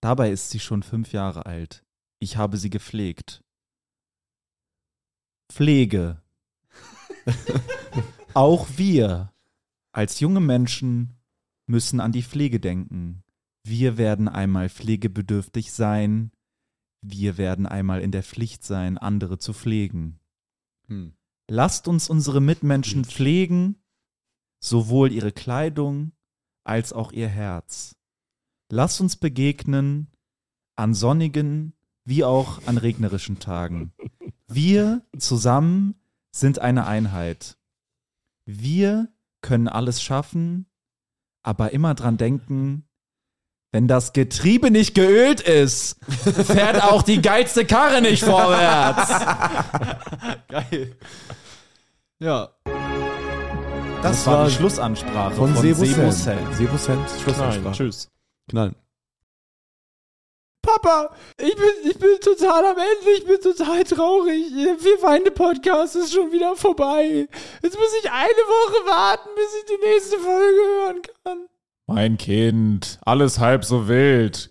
Dabei ist sie schon fünf Jahre alt. Ich habe sie gepflegt. Pflege auch wir als junge Menschen müssen an die Pflege denken. Wir werden einmal pflegebedürftig sein. Wir werden einmal in der Pflicht sein, andere zu pflegen.
Hm.
Lasst uns unsere Mitmenschen pflegen, sowohl ihre Kleidung als auch ihr Herz. Lasst uns begegnen an sonnigen wie auch an regnerischen Tagen. Wir zusammen sind eine Einheit. Wir können alles schaffen, aber immer dran denken, wenn das Getriebe nicht geölt ist, fährt auch die geilste Karre nicht *laughs* vorwärts.
Geil. Ja.
Das, war die Schlussansprache
Von, Sebo,
Sebo
Sam.
Sam.
Sebo Sams
Nein,
Schlussansprache.
tschüss.
Knallen.
Papa, ich bin, ich bin total am Ende, ich bin total traurig. Der Vier-Feinde-Podcast ist schon wieder vorbei. Jetzt muss ich eine Woche warten, bis ich die nächste Folge hören kann.
Mein Kind, alles halb so wild.